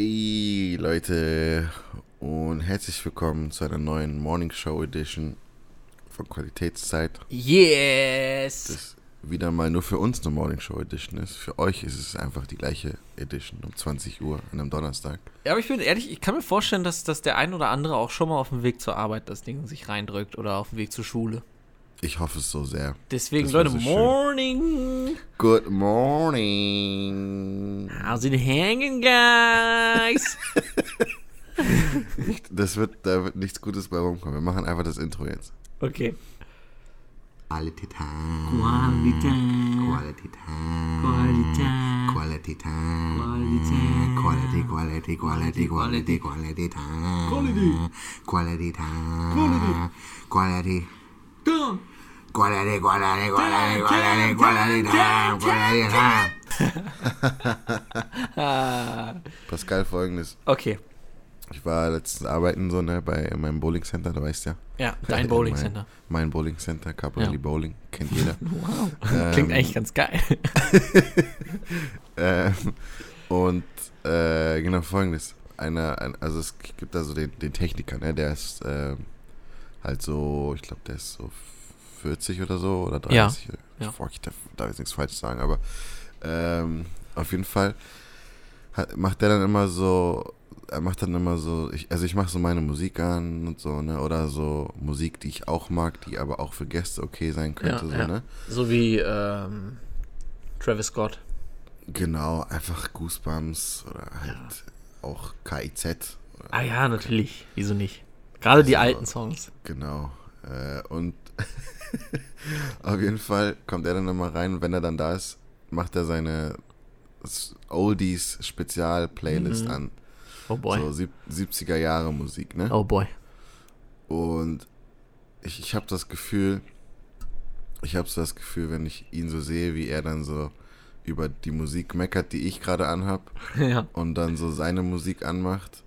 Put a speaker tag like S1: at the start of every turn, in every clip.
S1: Hey Leute und herzlich willkommen zu einer neuen Morning Show Edition von Qualitätszeit.
S2: Yes!
S1: Das wieder mal nur für uns eine Morning Show Edition ist. Für euch ist es einfach die gleiche Edition um 20 Uhr an einem Donnerstag.
S2: Ja, aber ich bin ehrlich, ich kann mir vorstellen, dass, dass der ein oder andere auch schon mal auf dem Weg zur Arbeit das Ding sich reindrückt oder auf dem Weg zur Schule.
S1: Ich hoffe es so sehr.
S2: Deswegen,
S1: Das
S2: Leute,
S1: wär so schön.
S2: morning!
S1: Good morning.
S2: How's it hanging, guys?
S1: Das wird, da wird nichts Gutes bei rumkommen. Wir machen einfach das Intro jetzt.
S2: okay.
S1: Quality Time.
S2: Qualität,
S1: Quality Time. Quality
S2: Qualität,
S1: Time. Quality,
S2: Qualität.
S1: quality, quality, quality, quality time.
S2: Quality.
S1: Quality time. Quality. Quality, quality, quality, quality, quality time. Quality time. Pascal, folgendes.
S2: Ah. Okay,
S1: Ich war letztens arbeiten so, ne, bei meinem Bowling Center, du weißt ja.
S2: ja, dein Bowling
S1: mein,
S2: Center.
S1: Mein Bowling Center, Caprelli
S2: Ja.
S1: Bowling, kennt jeder.
S2: Wow. Klingt eigentlich ganz geil.
S1: Ähm, und äh, genau folgendes. Einer, ein, also es gibt da so den, den Techniker, ne? Der ist ähm, halt so, ich glaube, der ist so 40 oder so oder
S2: Ja,
S1: 30.
S2: ja.
S1: Boah, ich darf, darf jetzt nichts falsch sagen, aber ähm, auf jeden Fall hat, macht der dann immer so, er macht dann immer so, ich, also ich mache so meine Musik an und so, ne? Oder so Musik, die ich auch mag, die aber auch für Gäste okay sein könnte, so,
S2: ja.
S1: ne?
S2: So wie ähm, Travis Scott.
S1: Genau, einfach Goosebumps oder halt auch KIZ.
S2: Ah ja, natürlich. Wieso nicht? Gerade die alten Songs.
S1: Genau. Äh, und auf jeden Fall kommt er dann nochmal rein und wenn er dann da ist, macht er seine S- Oldies Spezial-Playlist an.
S2: Oh boy.
S1: So sieb- 70er Jahre Musik, ne?
S2: Oh boy.
S1: Und ich, ich habe das Gefühl, ich habe so das Gefühl, wenn ich ihn so sehe, wie er dann so über die Musik meckert, die ich gerade anhab,
S2: ja.
S1: und dann so seine Musik anmacht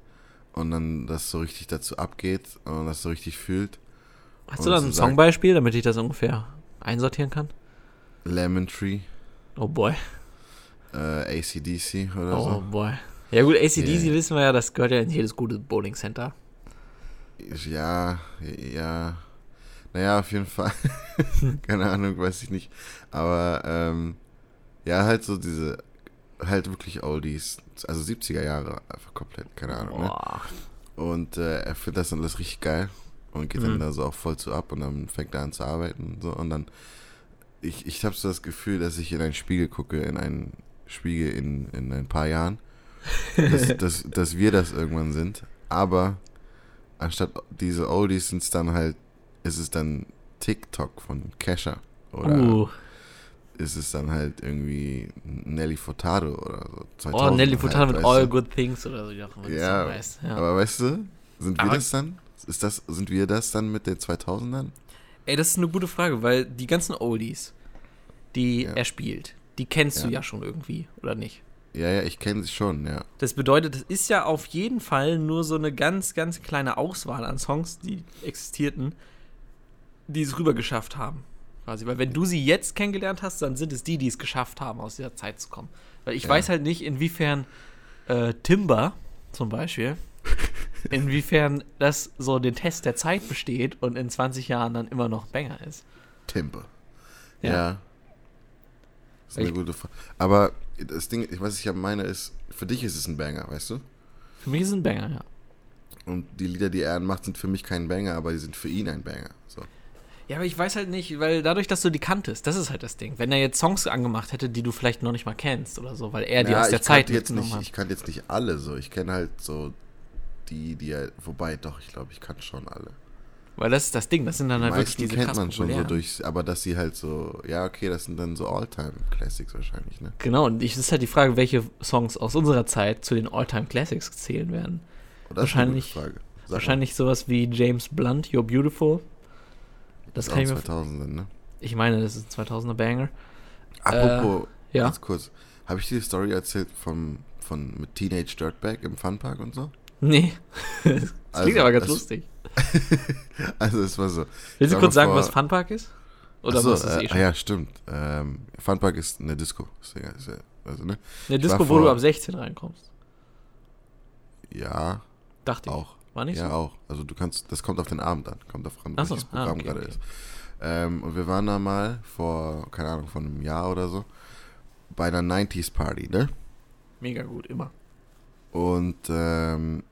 S1: und dann das so richtig dazu abgeht und das so richtig fühlt.
S2: Hast
S1: Und
S2: du da
S1: so
S2: ein
S1: sagt-
S2: Songbeispiel, damit ich das ungefähr einsortieren kann?
S1: Lemon Tree,
S2: Oh boy.
S1: äh, ACDC oder
S2: Oh
S1: so.
S2: boy. Ja gut, ACDC
S1: Yeah.
S2: wissen wir ja, das gehört ja in jedes gute Bowling Center.
S1: Ja, ja. Naja, auf jeden Fall. Keine Ahnung, weiß ich nicht. Aber ähm, ja, halt so diese, halt wirklich Oldies. Also 70er Jahre, einfach komplett, keine Ahnung. Ne?
S2: Boah.
S1: Und äh, er findet das dann alles richtig geil und geht dann
S2: Mhm.
S1: da so auch voll zu ab und dann fängt er an zu arbeiten und so. Und dann, ich, ich habe so das Gefühl, dass ich in einen Spiegel gucke, in einen Spiegel in, in ein paar Jahren, dass, dass, dass wir das irgendwann sind. Aber anstatt diese Oldies sind es dann halt, ist es dann TikTok von Kesha. Oder
S2: Uh.
S1: ist es dann halt irgendwie Nelly Furtado oder so.
S2: Oh,
S1: 2000
S2: Nelly
S1: halt,
S2: Furtado mit
S1: weißt du?
S2: All Good Things oder so. Ja, wenn das
S1: Ja,
S2: so heißt. ja.
S1: Aber weißt du, sind wir
S2: Aber-
S1: das dann? Ist das, sind wir das dann mit den 2000ern?
S2: Ey, das ist eine gute Frage, weil die ganzen Oldies, die er spielt, die kennst
S1: Ja.
S2: du ja schon irgendwie, oder nicht?
S1: Ja, ja, ich kenne sie schon, ja.
S2: Das bedeutet, es ist ja auf jeden Fall nur so eine ganz, ganz kleine Auswahl an Songs, die existierten, die es rübergeschafft haben. Quasi. Weil wenn du sie jetzt kennengelernt hast, dann sind es die, die es geschafft haben, aus dieser Zeit zu kommen. Weil ich
S1: Ja.
S2: weiß halt nicht, inwiefern äh, Timber zum Beispiel, inwiefern das so den Test der Zeit besteht und in 20 Jahren dann immer noch ein Banger ist.
S1: Timber. Ja.
S2: Ja.
S1: Das ist eine
S2: Ich-
S1: gute Frage. Aber das Ding, ich- was ich ja meine, ist, für dich ist es ein Banger, weißt du?
S2: Für mich ist es ein Banger, ja.
S1: Und die Lieder, die er anmacht, sind für mich kein Banger, aber die sind für ihn ein Banger. So.
S2: Ja, aber ich weiß halt nicht, weil dadurch, dass du die kanntest, das ist halt das Ding. Wenn er jetzt Songs angemacht hätte, die du vielleicht noch nicht mal kennst oder so, weil er die aus der
S1: ich
S2: Zeit
S1: kannte jetzt nicht,
S2: mitgenommen
S1: Ich kannte jetzt nicht alle so. Ich kenne halt so die, die er, wobei doch, ich glaube, ich kann schon alle.
S2: hat. Weil das ist das Ding, das sind dann halt wirklich
S1: Meisten
S2: diese
S1: kennt
S2: krass
S1: man schon so
S2: populären.
S1: durch, aber dass sie halt so, ja, okay, das sind dann so All-Time-Classics wahrscheinlich, ne?
S2: Genau, und ich, das ist halt die Frage, welche Songs aus unserer Zeit zu den Alltime classics zählen werden.
S1: Und Oh, das ist eine gute
S2: Wahrscheinlich-
S1: Frage. Sag mal.
S2: Wahrscheinlich sowas wie James Blunt, You're Beautiful. Das
S1: Ist
S2: kann ich
S1: auch
S2: mir.
S1: 2000 sind, ne?
S2: Ich meine, das ist ein 2000er Banger.
S1: Apropos,
S2: Äh, ja.
S1: ganz kurz, habe ich dir die Story erzählt vom, von mit Teenage Dirtbag im Funpark und so?
S2: Nee. das
S1: Also,
S2: klingt aber ganz
S1: das-
S2: lustig.
S1: Also es war so.
S2: Willst du
S1: sag
S2: kurz
S1: mal
S2: sagen,
S1: vor-
S2: was Funpark ist? Oder
S1: Achso,
S2: was ist
S1: äh,
S2: eh
S1: ah
S2: schon?
S1: ja, stimmt. Ähm, Funpark ist eine Disco. Ist ja, ist ja, also, ne?
S2: Eine
S1: ich war
S2: Disco, wo du
S1: vor-
S2: ab 16 reinkommst.
S1: Ja,
S2: Dachte ich.
S1: auch.
S2: War nicht
S1: ja,
S2: so?
S1: auch. Also du kannst, das kommt auf den Abend an, kommt auf an,
S2: Ach so,
S1: welches
S2: ah,
S1: Programm
S2: okay,
S1: gerade
S2: okay.
S1: ist. Ähm, und wir waren da mal vor, keine Ahnung, vor einem Jahr oder so, bei einer 90s-Party, ne?
S2: Mega gut, immer.
S1: Und, ähm,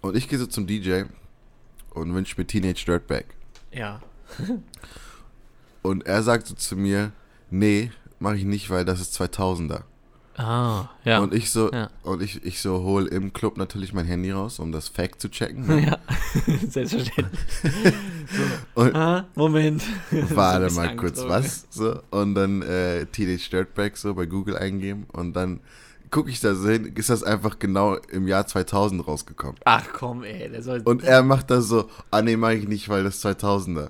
S1: und ich gehe so zum DJ und wünsche mir Teenage Dirtbag.
S2: Ja.
S1: Und er sagt so zu mir, nee, mache ich nicht, weil das ist 2000er.
S2: Ah, ja.
S1: Und ich so,
S2: Ja.
S1: und ich, ich so hol im Club natürlich mein Handy raus, um das Fact zu checken. ne?
S2: ja, selbstverständlich. So.
S1: Und-
S2: ah, Moment.
S1: Warte
S2: So
S1: mal
S2: ist
S1: kurz,
S2: angedruckt.
S1: was? So, und dann äh, Teenage Dirtbag so bei Google eingeben und dann gucke ich da so hin, ist das einfach genau im Jahr 2000 rausgekommen.
S2: Ach komm, ey, der soll,
S1: Und er macht da so, ah nee, mach ich nicht, weil das 2000er.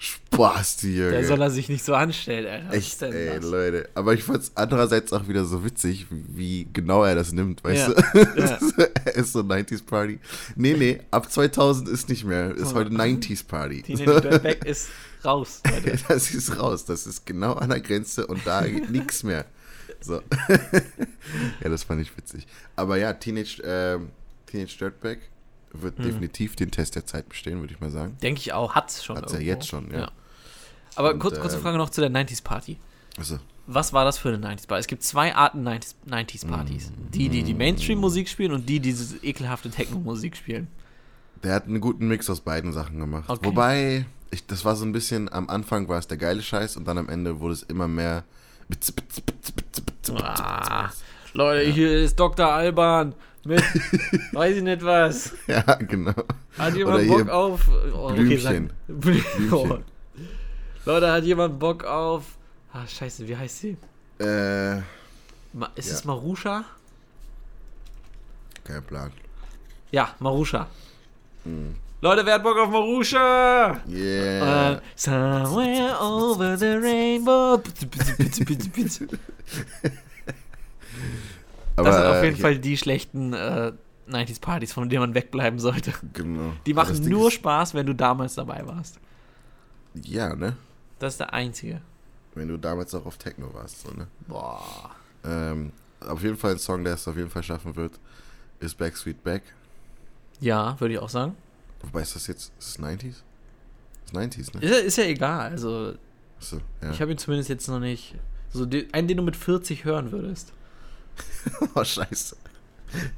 S1: Spaß, die
S2: der soll
S1: Jürgen.
S2: er sich nicht so anstellen, Alter. Was
S1: Echt,
S2: ist denn
S1: ey,
S2: das?
S1: Leute. Aber ich fand's andererseits auch wieder so witzig, wie genau er das nimmt, weißt
S2: Ja.
S1: du?
S2: Ja.
S1: er ist so 90s Party. Nee, nee, ab 2000 ist nicht mehr, ist heute 90s Party.
S2: Teenage Dirtbag ist raus. Leute.
S1: Das ist raus. Das ist genau an der Grenze und da geht nichts mehr. So. ja, das fand ich witzig. Aber ja, Teenage, ähm, Teenage Dirtbag
S2: Mhm.
S1: wird definitiv den Test der Zeit bestehen, würde ich mal sagen.
S2: Denke ich auch, hat's schon.
S1: Hat's ja
S2: irgendwo.
S1: jetzt schon, ja.
S2: Aber
S1: Und,
S2: kurz, kurze
S1: ähm,
S2: Frage noch zu der 90s-Party.
S1: Also,
S2: Was war das für eine 90s-Party? Es gibt zwei Arten 90s 90s-Partys.
S1: Mm.
S2: Die, die die Mainstream-Musik spielen und die, die diese ekelhafte Techno-Musik spielen.
S1: der hat einen guten Mix aus beiden Sachen gemacht.
S2: Okay.
S1: Wobei, ich, das war so ein bisschen, am Anfang war es der geile Scheiß und dann am Ende wurde es immer mehr.
S2: Ah, Leute, hier ist Dr. Alban mit, weiß ich nicht was.
S1: Ja, genau.
S2: Hat
S1: Oder
S2: jemand
S1: hier
S2: Bock auf... Oh,
S1: Blümchen.
S2: sag- Blü-
S1: Blümchen.
S2: Oh. Leute, hat jemand Bock auf... Ah, scheiße, wie heißt sie?
S1: Äh,
S2: Ma ist
S1: Ja.
S2: es Marusha?
S1: kein Plan.
S2: Ja, Marusha.
S1: Hm.
S2: Leute, wer hat Bock auf Marusha?
S1: Yeah.
S2: Äh, somewhere over the rainbow.
S1: Aber,
S2: Das sind auf
S1: äh,
S2: jeden
S1: ich-
S2: Fall die schlechten äh, 90s-Partys, von denen man wegbleiben sollte.
S1: Genau.
S2: Die
S1: Aber das
S2: machen
S1: Ding
S2: nur
S1: ist-
S2: Spaß, wenn du damals dabei warst.
S1: Ja, ne?
S2: Das ist der einzige.
S1: Wenn du damals auch auf Techno warst, so, ne?
S2: Boah.
S1: Ähm, auf jeden Fall ein Song, der es auf jeden Fall schaffen wird, ist Back Sweet Back.
S2: Ja, würde ich auch sagen.
S1: Wobei ist das jetzt, ist es 90s? Ist 90s, ne?
S2: Ist, ja- ist ja egal. Also,
S1: Achso, ja.
S2: ich habe ihn zumindest jetzt noch nicht. So, die, einen, den du mit 40 hören würdest.
S1: oh, scheiße.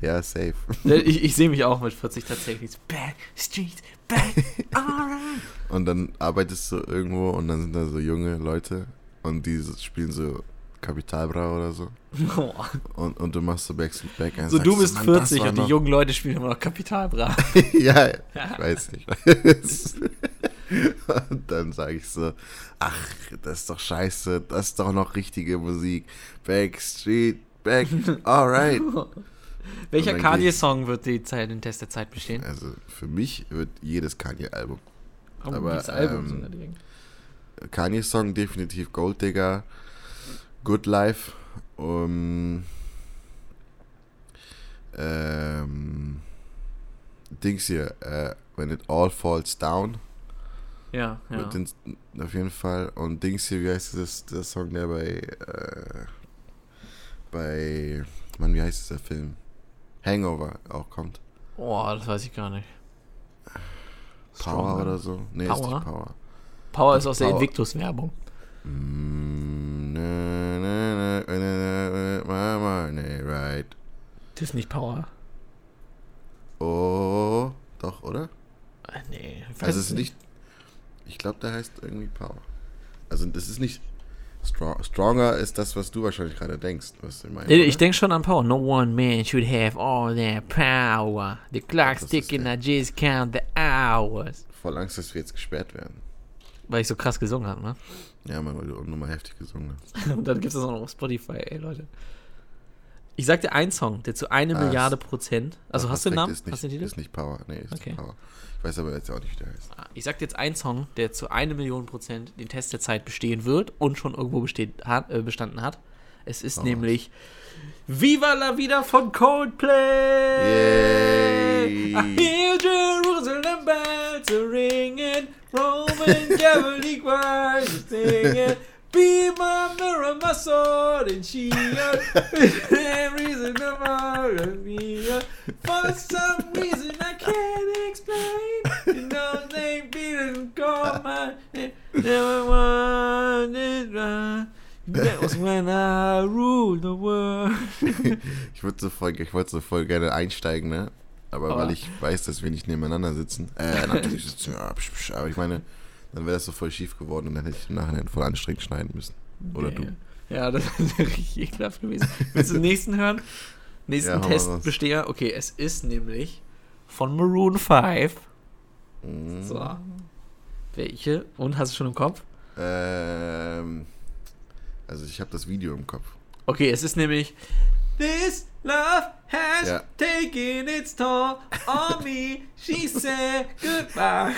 S1: Ja, safe.
S2: Ich, ich sehe mich auch mit 40 tatsächlich. Back, Street, back, alright.
S1: Und dann arbeitest du irgendwo und dann sind da so junge Leute und die so- spielen so Capital Bra oder so.
S2: Boah.
S1: Und, und du machst so Back Sweet Back. und
S2: So,
S1: sagst
S2: du bist
S1: Mann, das
S2: 40
S1: war
S2: und die
S1: noch-
S2: jungen Leute spielen immer noch Kapitalbra.
S1: ja, ich weiß nicht. Und dann sage ich so, ach, das ist doch scheiße, das ist doch noch richtige Musik. Backstreet, back, alright.
S2: Welcher
S1: Und dann
S2: Kanye-Song wird die Zeit, den Test der Zeit bestehen?
S1: Also für mich wird jedes Kanye-Album.
S2: Oh,
S1: aber,
S2: dieses Album
S1: ähm,
S2: sogar direkt.
S1: Kanye-Song definitiv Gold Digger, Good Life, um, ähm, Dings hier, äh, When It All Falls Down.
S2: Ja, ja.
S1: Mit den, auf jeden Fall. Und Dings hier, wie heißt das, der Song, der bei, äh, bei, Mann, wie heißt dieser Film? Hangover auch kommt.
S2: Boah, das weiß ich gar nicht.
S1: Power
S2: Stronger.
S1: oder so? Nee, ist
S2: Power?
S1: nicht Power.
S2: Power ist aus der
S1: Power.
S2: Invictus-Werbung.
S1: Mm, na, na, na, na, na, na, my money, right.
S2: Das ist nicht Power.
S1: Oh, doch, oder?
S2: Ah, nee. ich weiß
S1: Also es ist nicht, ich glaube, der heißt irgendwie Power. Also das ist nicht, Strong, Stronger ist das, was du wahrscheinlich gerade denkst, was ich meine.
S2: Nee, ich
S1: oder?
S2: denke schon an Power. No one man should have all that power. The
S1: Das
S2: clock's
S1: ist
S2: ticking, I
S1: der-
S2: just count the hours.
S1: Voll Angst, dass wir jetzt gesperrt werden.
S2: Weil ich so krass gesungen habe, ne?
S1: Ja, Mann, weil du nochmal heftig gesungen ne? hast.
S2: Und dann gibt es das auch noch auf Spotify, ey, Leute. Ich sag dir einen Song, der zu eine
S1: Ah,
S2: Milliarde Prozent. Also
S1: Aber
S2: hast du den
S1: Prospekt
S2: Namen?
S1: Ist nicht,
S2: hast du den Titel?
S1: Ist nicht Power. Nee, ist
S2: Okay.
S1: nicht Power. Ich weiß aber jetzt auch nicht, wie der heißt.
S2: Ah, Ich sag dir jetzt einen Song, der zu eine Million Prozent den Test der Zeit bestehen wird und schon irgendwo besteht, hat, äh, bestanden hat. Es ist
S1: Hau raus.
S2: nämlich Viva la Vida von Coldplay!
S1: Yay.
S2: I hear Jerusalem bells are ringing, Roman Catholic choirs are singing, Be my mirror, my sword and shield. Every reason I'm all of me. For some reason I can't explain. You know they didn't call my name. Never wanted right. That was when I ruled the world.
S1: ich würde so, voll- ich wollte so voll gerne einsteigen, ne? Aber
S2: Aber-
S1: weil ich weiß, dass wir nicht nebeneinander sitzen. Äh, natürlich sitzen wir. psch, psch, Aber ich meine, dann wäre das so voll schief geworden und dann hätte ich im Nachhinein voll anstrengend schneiden müssen. Oder du.
S2: Ja, das ist richtig ekelhaft gewesen. Willst du den nächsten hören?
S1: Ja, hau
S2: Nächsten
S1: mal raus.
S2: Testbesteher. Okay, es ist nämlich von Maroon 5.
S1: Mhm.
S2: So. Welche? Und hast du schon im Kopf?
S1: Ähm, also ich habe das Video im Kopf.
S2: Okay, es ist nämlich This love has
S1: Ja.
S2: taken its toll on me. She said goodbye.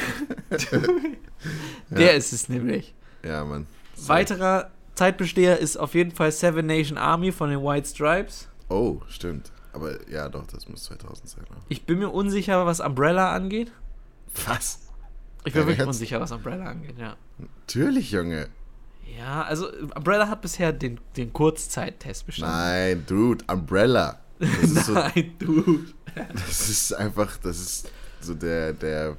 S2: Der ist es nämlich.
S1: Ja, Mann.
S2: Weiterer Zeitbesteher ist auf jeden Fall Seven Nation Army von den White Stripes.
S1: Oh, stimmt. Aber ja, doch, das muss 2000 sein. ne? oder?
S2: Ich bin mir unsicher, was Umbrella angeht.
S1: Was?
S2: Ich bin
S1: Ja,
S2: wirklich
S1: jetzt-
S2: unsicher, was Umbrella angeht, ja.
S1: Natürlich, Junge.
S2: Ja, also äh, Umbrella hat bisher den, den Kurzzeittest bestanden.
S1: Nein, Dude, Umbrella. Das ist, so,
S2: Nein, du.
S1: das ist einfach, das ist so der, der,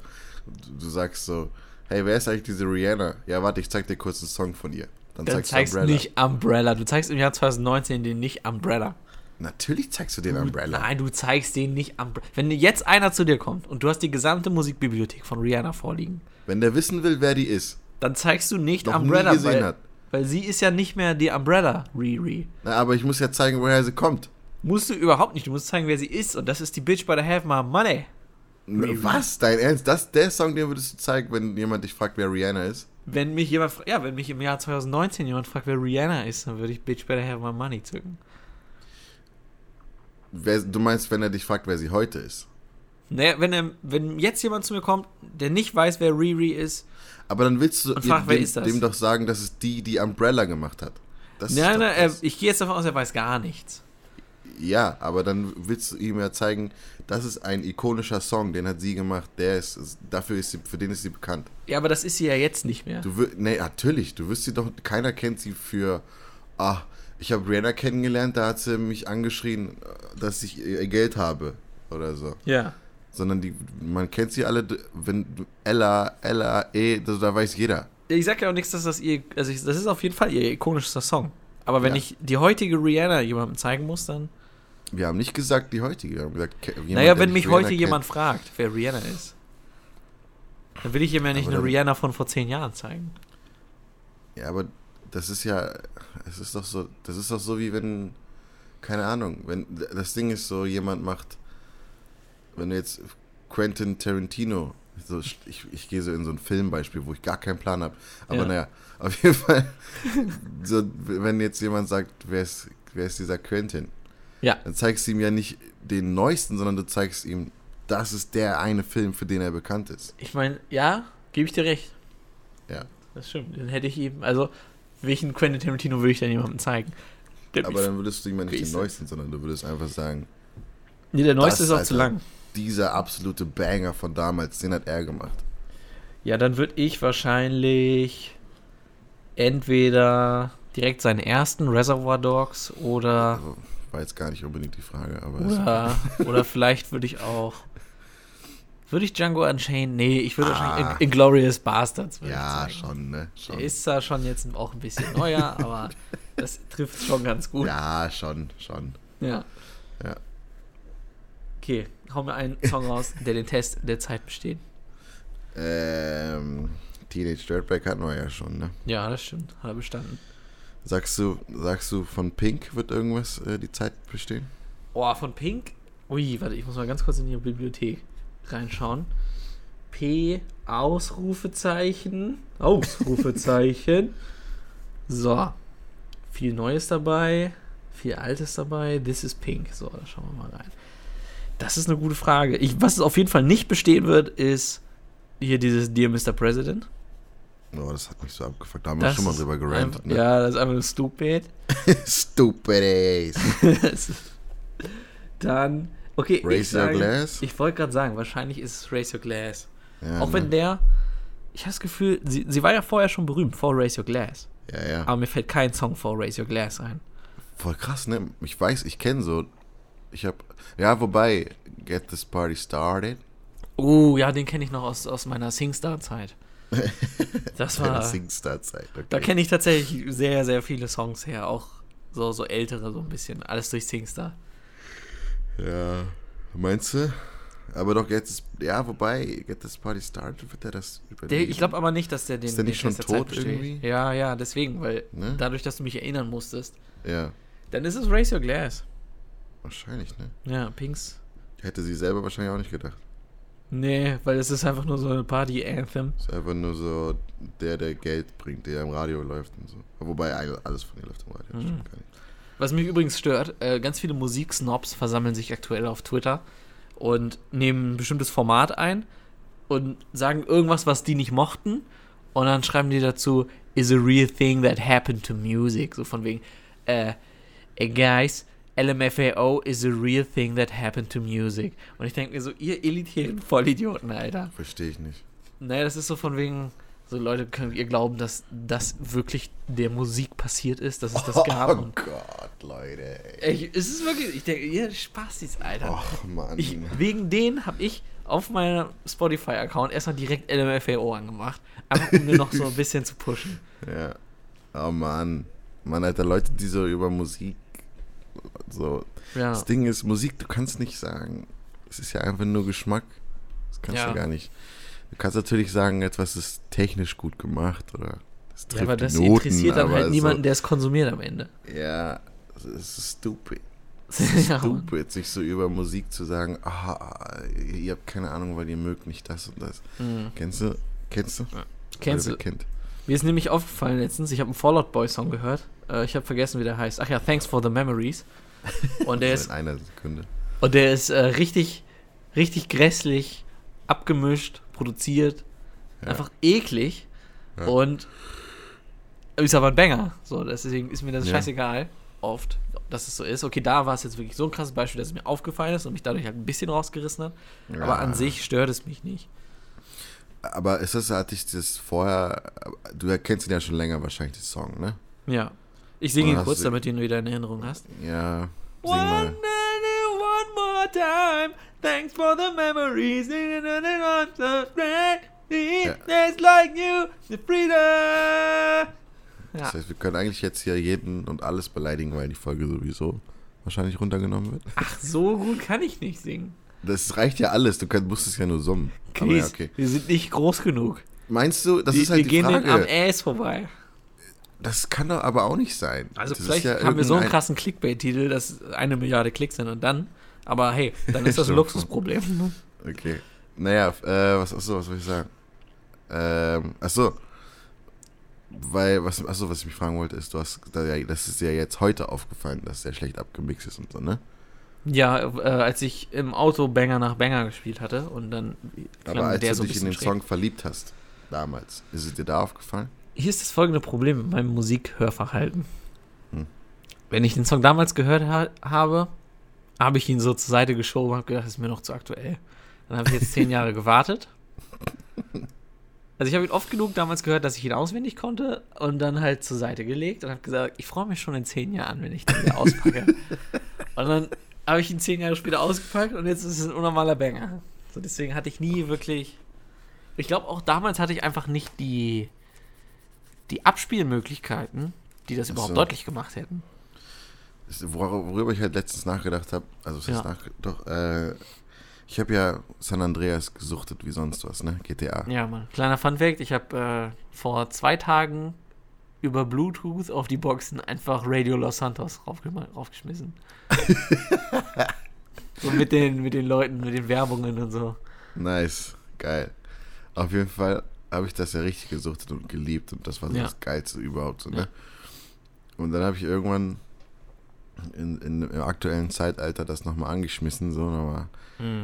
S1: du sagst so, hey, wer ist eigentlich diese Rihanna? Ja, warte, ich zeig dir kurz einen Song von ihr. Dann,
S2: Dann
S1: zeigst
S2: zeigst
S1: du
S2: du
S1: Umbrella.
S2: nicht Umbrella. Du zeigst im Jahr 2019 den nicht Umbrella.
S1: Natürlich zeigst du den
S2: Du,
S1: Umbrella.
S2: nein, du zeigst den nicht Umbrella. Wenn jetzt einer zu dir kommt und du hast die gesamte Musikbibliothek von Rihanna vorliegen,
S1: Wenn der wissen will, wer die ist.
S2: dann zeigst du nicht
S1: Noch nie
S2: Umbrella,
S1: gesehen
S2: weil,
S1: hat.
S2: weil sie ist ja nicht mehr die Umbrella Riri.
S1: Na, aber ich muss ja zeigen, woher sie kommt.
S2: Musst du überhaupt nicht. Du musst zeigen, wer sie ist. Und das ist die Bitch by the Half My Money.
S1: N- Was? Dein Ernst? Das, der Song, den würdest du zeigen, wenn jemand dich fragt, wer Rihanna ist?
S2: Wenn mich jemand, fra- ja, wenn mich im Jahr 2019 jemand fragt, wer Rihanna ist, dann würde ich Bitch Better Have My Money zücken.
S1: Wer, du meinst, wenn er dich fragt, wer sie heute ist.
S2: Naja, Ne, wenn, er, wenn jetzt jemand zu mir kommt, der nicht weiß, wer Riri ist,
S1: Aber dann willst du
S2: Und frag,
S1: ihr-
S2: wer
S1: dem,
S2: ist das?
S1: dem doch sagen, dass es die, die Umbrella gemacht hat. Das ist
S2: nein,
S1: doch
S2: nein, ne, er,
S1: das.
S2: ich gehe jetzt davon aus, er weiß gar nichts.
S1: Ja, aber dann willst du ihm ja zeigen, das ist ein ikonischer Song, den hat sie gemacht, der ist, ist dafür ist sie, für den ist sie bekannt.
S2: Ja, aber das ist sie ja jetzt nicht mehr.
S1: Du wür- nee, natürlich, du wirst sie doch, keiner kennt sie für, ah, ich habe Rihanna kennengelernt, da hat sie mich angeschrien, dass ich ihr Geld habe oder so.
S2: Ja.
S1: Sondern die, man kennt sie alle, wenn Ella, Ella, E, da, da weiß jeder.
S2: Ich sag ja auch nichts, dass das ihr, also ich, das ist auf jeden Fall ihr ikonischster Song. Aber wenn
S1: Ja.
S2: ich die heutige Rihanna jemandem zeigen muss, dann.
S1: Wir haben nicht gesagt die heutige, wir haben gesagt, ke- jemand,
S2: naja,
S1: der
S2: wenn
S1: nicht
S2: mich
S1: Rihanna
S2: heute
S1: kennt.
S2: jemand fragt, wer Rihanna ist, dann will ich ihm ja nicht
S1: Aber
S2: eine
S1: dann-
S2: Rihanna von vor zehn Jahren zeigen.
S1: Ja, aber das ist ja, es ist doch so, das ist doch so wie wenn, keine Ahnung, wenn das Ding ist so, jemand macht, wenn du jetzt Quentin Tarantino, so, ich, ich gehe so in so ein Filmbeispiel, wo ich gar keinen Plan habe, aber
S2: Ja.
S1: naja, auf jeden Fall, so, wenn jetzt jemand sagt, wer ist, wer ist dieser Quentin,
S2: Ja.
S1: dann zeigst du ihm ja nicht den neuesten, sondern du zeigst ihm, das ist der eine Film, für den er bekannt ist.
S2: Ich meine, ja, gebe ich dir recht.
S1: Ja.
S2: Das stimmt. Dann hätte ich ihm, also welchen Quentin Tarantino würde ich dann jemandem zeigen? Der,
S1: Aber dann würdest du ihm ja nicht den
S2: Riese.
S1: neuesten, sondern du würdest einfach sagen,
S2: nee, der neueste
S1: das, also
S2: ist auch zu
S1: Alter.
S2: lang.
S1: dieser absolute Banger von damals, den hat er gemacht.
S2: Ja, dann würde ich wahrscheinlich entweder direkt seinen ersten Reservoir Dogs oder
S1: Also, war jetzt gar nicht unbedingt die Frage, aber
S2: oder, oder vielleicht würde ich auch würde ich Django Unchained? Nee, ich würde
S1: Ah.
S2: wahrscheinlich In- Inglourious Bastards.
S1: es,
S2: würde
S1: ja,
S2: ich sagen.
S1: schon, ne? Schon.
S2: Der ist da schon jetzt auch ein bisschen neuer, aber das trifft schon ganz gut.
S1: ja, schon, schon.
S2: Ja.
S1: Ja.
S2: Okay, hau mir einen Song raus, der den Test der Zeit besteht.
S1: Ähm, Teenage Dirtbag hatten wir ja schon, ne?
S2: Ja, das stimmt. Hat er bestanden.
S1: Sagst du, sagst du, von Pink wird irgendwas äh, die Zeit bestehen?
S2: Oh, von Pink. Ui, warte, ich muss mal ganz kurz in ihre Bibliothek reinschauen. P, Ausrufezeichen. Ausrufezeichen. so. Viel Neues dabei, viel Altes dabei. This is Pink. So, da schauen wir mal rein. Das ist eine gute Frage. Ich, was es auf jeden Fall nicht bestehen wird, ist hier dieses Dear Mr. President.
S1: Oh, das hat mich so abgefuckt. Da haben wir
S2: Das
S1: schon mal
S2: ist
S1: drüber
S2: einfach,
S1: gerantet, ne?
S2: Ja, das ist einfach nur stupid.
S1: Stupid ass.
S2: Das ist- Dann, okay, ich,
S1: Raise your
S2: sage-
S1: glass.
S2: ich wollte gerade sagen, wahrscheinlich ist es Raise Your Glass.
S1: Ja,
S2: Auch wenn
S1: ne?
S2: der, ich habe das Gefühl, sie, sie war ja vorher schon berühmt, vor Raise Your Glass.
S1: Ja, ja.
S2: Aber mir fällt kein Song vor Raise Your Glass ein.
S1: Voll krass, ne? Ich weiß, ich kenne so. Ich hab. Ja, wobei, Get This Party Started.
S2: Oh, ja, den kenne ich noch aus, aus meiner Singstar-Zeit. Das
S1: Deiner
S2: war.
S1: Singstar-Zeit. Okay.
S2: Da kenne ich tatsächlich sehr, sehr viele Songs her. Auch so, so ältere, so ein bisschen. Alles durch Singstar.
S1: Ja, meinst du? Aber doch, Get This. Ja, wobei, Get This Party Started, wird der das
S2: Der,
S1: überleben?
S2: ich glaube aber nicht, dass der den.
S1: Ist der
S2: den
S1: nicht schon
S2: aus Zeit
S1: tot
S2: besteht.
S1: irgendwie?
S2: Ja, ja, deswegen, weil
S1: Ne?
S2: dadurch, dass du mich erinnern musstest,
S1: Ja,
S2: dann ist es Raise Your Glass.
S1: wahrscheinlich, ne?
S2: Ja, Pinks.
S1: Hätte sie selber wahrscheinlich auch nicht gedacht.
S2: Nee, weil es ist einfach nur so eine Party-Anthem.
S1: Ist einfach nur so der, der Geld bringt, der im Radio läuft und so. Wobei all- alles von ihr läuft im Radio.
S2: Hm.
S1: das stimmt gar nicht.
S2: Was mich übrigens stört, äh, ganz viele Musiksnobs versammeln sich aktuell auf Twitter und nehmen ein bestimmtes Format ein und sagen irgendwas, was die nicht mochten. Und dann schreiben die dazu, is a real thing that happened to music. So von wegen, äh, ey guys, LMFAO is a real thing that happened to music. Und ich denke mir so, ihr elitären Vollidioten, Alter.
S1: Verstehe ich nicht.
S2: Naja, das ist so von wegen, so Leute, könnt ihr glauben, dass das wirklich der Musik passiert ist, dass es das gab?
S1: Oh
S2: Und
S1: Gott, Leute. Ey.
S2: Ey, es ist wirklich, ich denke, ihr Spaßis, Alter.
S1: Och, Oh, Mann.
S2: Ich, wegen denen habe ich auf meinem Spotify-Account erstmal direkt LMFAO angemacht. Einfach um mir noch so ein bisschen zu pushen.
S1: Ja. Oh Mann. Mann, Alter, Leute, die so über Musik. So.
S2: Ja.
S1: Das Ding ist, Musik, du kannst nicht sagen. Es ist ja einfach nur Geschmack. Das kannst
S2: Ja.
S1: du gar nicht. Du kannst natürlich sagen, etwas ist technisch gut gemacht oder. Das
S2: Ja,
S1: trifft
S2: aber das
S1: die Noten,
S2: interessiert dann
S1: aber
S2: halt
S1: so-
S2: niemanden, der es konsumiert am Ende.
S1: Ja, es ist stupid.
S2: ja, Mann.
S1: stupid, sich so über Musik zu sagen, ah, ihr habt keine Ahnung, weil ihr mögt nicht das und das.
S2: Mhm.
S1: Kennst du? Kennst du?
S2: Kennst
S1: Wer
S2: du?
S1: Kennt.
S2: Mir ist nämlich aufgefallen letztens, ich habe einen Fallout Boy-Song gehört. Äh, ich habe vergessen, wie der heißt. Ach ja, Thanks for the Memories. Und der
S1: So
S2: ist
S1: in einer Sekunde.
S2: Und der ist äh, richtig, richtig grässlich, abgemischt, produziert,
S1: Ja.
S2: einfach eklig.
S1: Ja.
S2: Und ist aber ein Banger. So, deswegen ist mir das
S1: Ja.
S2: scheißegal, oft, dass es so ist. Okay, da war es jetzt wirklich so ein krasses Beispiel, dass es mir aufgefallen ist und mich dadurch halt ein bisschen rausgerissen hat. Aber an
S1: Ja.
S2: sich stört es mich nicht.
S1: Aber ist das, hatte ich das vorher, du erkennst ihn ja schon länger wahrscheinlich, den Song, ne?
S2: Ja. Ich singe
S1: Oder
S2: ihn
S1: hast
S2: kurz,
S1: du-
S2: damit du ihn wieder in Erinnerung hast.
S1: Ja, sing
S2: One
S1: mal.
S2: minute, one more time. Thanks for the memories. It's like you, the freedom. Ja,
S1: Das heißt, wir können eigentlich jetzt hier jeden und alles beleidigen, weil die Folge sowieso wahrscheinlich runtergenommen wird.
S2: ach, so gut kann ich nicht singen.
S1: Das reicht ja alles, du kannst, musst es ja nur summen. Aber ja,
S2: Chris, wir sind nicht groß genug.
S1: Meinst du, das
S2: Die-
S1: ist halt
S2: wir
S1: die
S2: gehen denen am
S1: Frage.
S2: Ass vorbei.
S1: Das kann doch aber auch nicht sein.
S2: Also
S1: das ist
S2: vielleicht
S1: ja
S2: haben wir so einen
S1: irgendein-
S2: krassen Clickbait-Titel, dass eine Milliarde Klicks sind und dann. Aber hey, dann ist das ein
S1: Stimmt.
S2: Luxusproblem. ne?
S1: Okay. Naja, f- äh, was, achso, was soll ich sagen? Ähm, achso. Weil, was, achso, was ich mich fragen wollte, ist, du hast, da ja- das ist dir ja jetzt heute aufgefallen, dass der schlecht abgemixt ist und so, ne?
S2: Ja, äh, als ich im Auto Banger nach Banger gespielt hatte und dann klang
S1: Aber als
S2: der
S1: du
S2: so ein
S1: dich in
S2: bisschen
S1: den
S2: schräg.
S1: Song verliebt hast, damals, ist es dir da aufgefallen?
S2: Hier ist das folgende Problem mit meinem Musikhörverhalten.
S1: Hm.
S2: Wenn ich den Song damals gehört ha habe, habe ich ihn so zur Seite geschoben und habe gedacht, das ist mir noch zu aktuell. Dann habe ich jetzt zehn Jahre gewartet. Also ich habe ihn oft genug damals gehört, dass ich ihn auswendig konnte und dann halt zur Seite gelegt und habe gesagt, ich freue mich schon in zehn Jahren, wenn ich den wieder auspacke. und dann habe ich ihn zehn Jahre später ausgepackt und jetzt ist es ein unnormaler Banger. So deswegen hatte ich nie wirklich. Ich glaube auch damals hatte ich einfach nicht die die Abspielmöglichkeiten, die das
S1: Ach
S2: überhaupt
S1: so.
S2: deutlich gemacht hätten.
S1: Ist- wor- Worüber ich halt letztens nachgedacht habe, also was heißt
S2: Ja.
S1: nach, doch, äh, ich habe ja San Andreas gesuchtet wie sonst was, ne? GTA.
S2: Ja, Mann. Kleiner Funfact, ich habe äh, vor zwei Tagen über Bluetooth auf die Boxen einfach Radio Los Santos raufgema- raufgeschmissen. so mit den, mit den Leuten, mit den Werbungen und so.
S1: Nice, geil. Auf jeden Fall habe ich das ja richtig gesuchtet und geliebt und das war so
S2: Ja.
S1: das Geilste überhaupt. So,
S2: Ja.
S1: ne? Und dann habe ich irgendwann in, in, im aktuellen Zeitalter das nochmal angeschmissen, so nochmal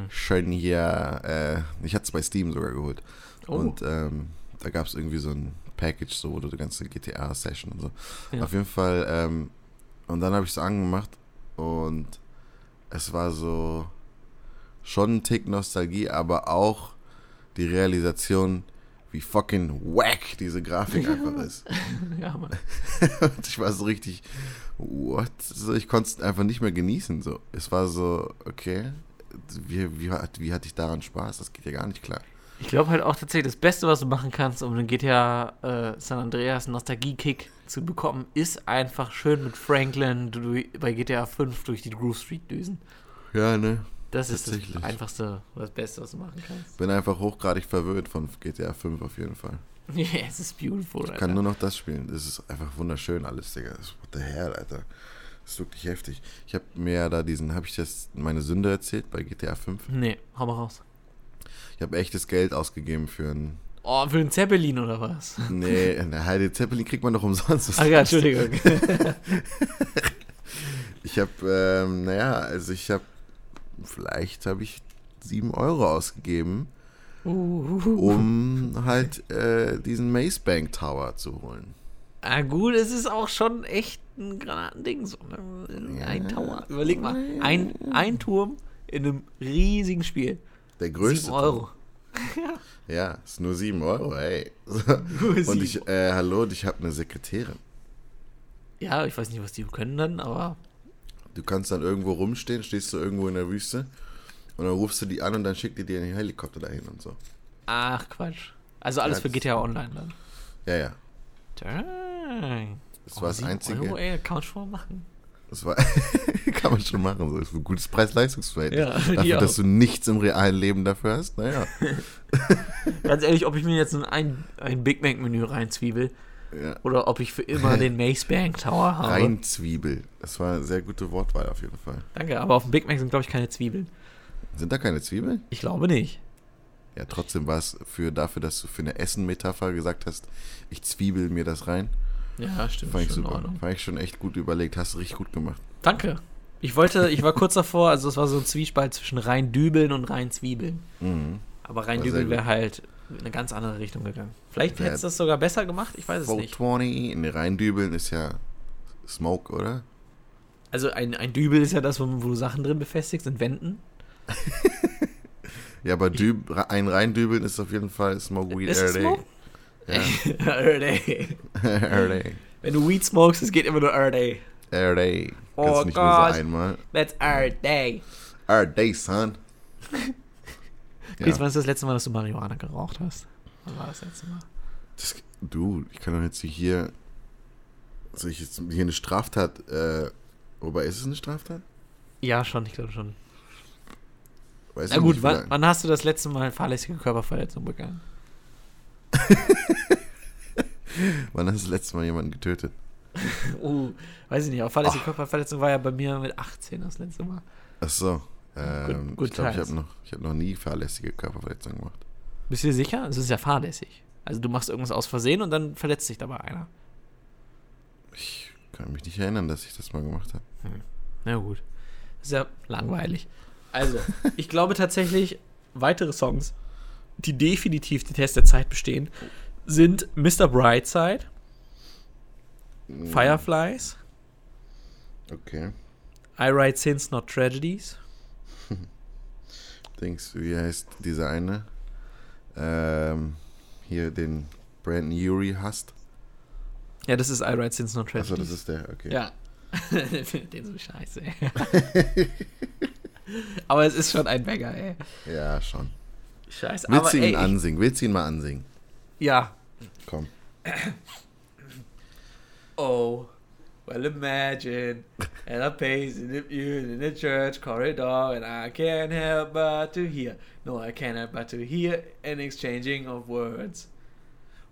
S1: schön hier, äh, ich hatte es bei Steam sogar geholt.
S2: Oh.
S1: Und ähm, da gab es irgendwie so ein Package, so oder die ganze GTA-Session und so.
S2: Ja.
S1: Auf jeden Fall, ähm, und dann habe ich es angemacht und es war so schon ein Tick Nostalgie, aber auch die Realisation, wie fucking wack diese Grafik einfach ist.
S3: ja, Mann.
S1: Und ich war so richtig, what? So, ich konnte es einfach nicht mehr genießen. So. Es war so, okay, wie, wie, hat- wie hatte ich daran Spaß? Das geht ja gar nicht klar.
S2: Ich glaube halt auch tatsächlich, das Beste, was du machen kannst, um den GTA äh, San Andreas Nostalgie-Kick zu bekommen, ist einfach schön mit Franklin du- bei GTA 5 durch die Groove Street düsen.
S1: Ja, ne?
S2: Das ist das
S1: Tatsächlich.
S2: Einfachste und das Beste, was du machen kannst.
S1: Bin einfach hochgradig verwirrt von GTA 5 auf jeden Fall.
S2: Yes, it's beautiful,
S1: Ich
S2: Alter.
S1: kann nur noch das spielen. Das ist einfach wunderschön alles, Digga. Das- What the hell, Alter. Das ist wirklich heftig. Ich habe mir ja da diesen, habe ich das meine Sünde erzählt bei GTA 5?
S2: nee, hau mal raus.
S1: Ich habe echtes Geld ausgegeben für einen.
S2: Oh, für den Zeppelin oder was?
S1: Nee, na, den Zeppelin kriegt man doch umsonst.
S2: Ach ja, Entschuldigung.
S1: Ich habe, ähm, naja, also ich habe, vielleicht habe ich 7 Euro ausgegeben,
S2: Uh,
S1: um halt äh, diesen Maze Bank Tower zu holen.
S2: ah, gut, es ist auch schon echt ein Granatending. So, ne? Ein
S1: Ja.
S2: Tower. Überleg mal, ein, ein Turm in einem riesigen Spiel.
S1: Der größte.
S2: 7 Euro.
S1: Ja, ist nur 7 Euro, ey.
S2: sieben
S1: Und ich, äh, hallo, und ich habe eine Sekretärin.
S2: Ja, ich weiß nicht, was die können dann, aber
S1: Du kannst dann irgendwo rumstehen, stehst du irgendwo in der Wüste und dann rufst du die an und dann schickt die dir einen Helikopter dahin und so.
S2: ach Quatsch. Also alles
S1: Ja,
S2: für
S1: das-
S2: GTA Online dann.
S1: Ja, ja.
S2: Dang.
S1: Das war das
S2: Oh, sieben
S1: einzige.
S2: Euro, ey, kann man schon mal machen.
S1: Das war, kann man schon machen. So ist ein gutes Preis-Leistungs-Verhältnis.
S2: Ja, die
S1: Dafür,
S2: auch.
S1: dass du nichts im realen Leben dafür hast. Naja.
S2: Ganz ehrlich, ob ich mir jetzt ein, ein Big Mac-Menü reinzwiebel
S1: Ja.
S2: oder ob ich für immer den Mace Bank Tower habe.
S1: Reinzwiebel. Das war eine sehr gute Wortwahl auf jeden Fall.
S2: Danke, aber auf dem Big Mac sind, glaube ich, keine Zwiebeln.
S1: Sind da keine Zwiebeln?
S2: Ich glaube nicht.
S1: Ja, trotzdem war es für, dafür, dass du für eine Essen-Metapher gesagt hast, ich zwiebel mir das rein.
S2: Ja, stimmt.
S1: Fand ich
S2: schon in
S1: super.
S2: Ordnung.
S1: Fand ich schon echt gut überlegt. Hast du richtig gut gemacht.
S2: Danke. Ich wollte, ich war kurz davor, also es war so ein Zwiespalt zwischen rein dübeln und rein zwiebeln.
S1: Mhm.
S2: Aber rein
S1: War sehr
S2: dübeln
S1: gut.
S2: wäre halt in eine ganz andere Richtung gegangen. Vielleicht
S1: Ja.
S2: hättest du das sogar besser gemacht, ich weiß es
S1: Vote
S2: nicht.
S1: 20. Nee, reindübeln ist ja Smoke, oder?
S2: Also ein, ein Dübel ist ja das, wo, wo du Sachen drin befestigst in Wänden.
S1: Ja, aber düb, ein reindübeln ist auf jeden Fall Smoke Weed
S2: Ist es
S1: Early.
S2: Smoke? Erday.
S1: Early.
S2: Wenn du Weed smokest, es geht immer nur Erday.
S1: Early.
S2: Oh
S1: Kannst nicht nur
S2: Gott.
S1: so einmal.
S2: That's Erday.
S1: Early, son.
S2: Ja. Chris, wann ist das letzte Mal, dass du Marihuana geraucht hast? Wann war das letzte Mal?
S1: Das, du, ich kann doch jetzt nicht hier. Soll ich jetzt hier eine Straftat. Äh, wobei ist es eine Straftat?
S2: Ja, schon, ich glaube schon.
S1: Weiß
S2: Na
S1: ich
S2: gut,
S1: nicht,
S2: wann,
S1: wann,
S2: wann hast du das letzte Mal fahrlässige Körperverletzung begangen?
S1: wann hast du das letzte Mal jemanden getötet?
S2: Uh, weiß ich nicht, aber fahrlässige Körperverletzung war ja bei mir mit 18 das letzte Mal.
S1: Ach so. Ähm,
S2: Good-
S1: ich glaube, ich
S2: good times.
S1: habe noch, ich hab noch nie fahrlässige Körperverletzung gemacht.
S2: Bist du dir sicher? Es ist ja fahrlässig. Also du machst irgendwas aus Versehen und dann verletzt dich dabei einer.
S1: Ich kann mich nicht erinnern, dass ich das mal gemacht habe.
S2: Na gut. Ist ja langweilig. Also, ich glaube tatsächlich, weitere Songs, die definitiv die Test der Zeit bestehen, sind Mr. Brightside,
S1: Mhm.
S2: Fireflies,
S1: Hm, Okay.
S2: I Write Sins Not Tragedies.
S1: Dings, wie heißt dieser eine? Ähm, hier den Brandon Urie hast.
S2: Ja, das ist I Write Sins Not Tragedies.
S1: Achso, das ist der, okay.
S2: ja. Der findet den so scheiße. ey. aber es ist schon ein Banger, ey.
S1: Ja, schon.
S2: Scheiße.
S1: Willst
S2: aber
S1: du ihn
S2: ey, ich,
S1: ansingen? Willst du ihn mal ansingen?
S2: ja,
S1: Komm.
S2: Oh, well, imagine and I'm pacing the pew in the church corridor, and I can't help but to hear. No, I can't help but to hear an exchanging of words.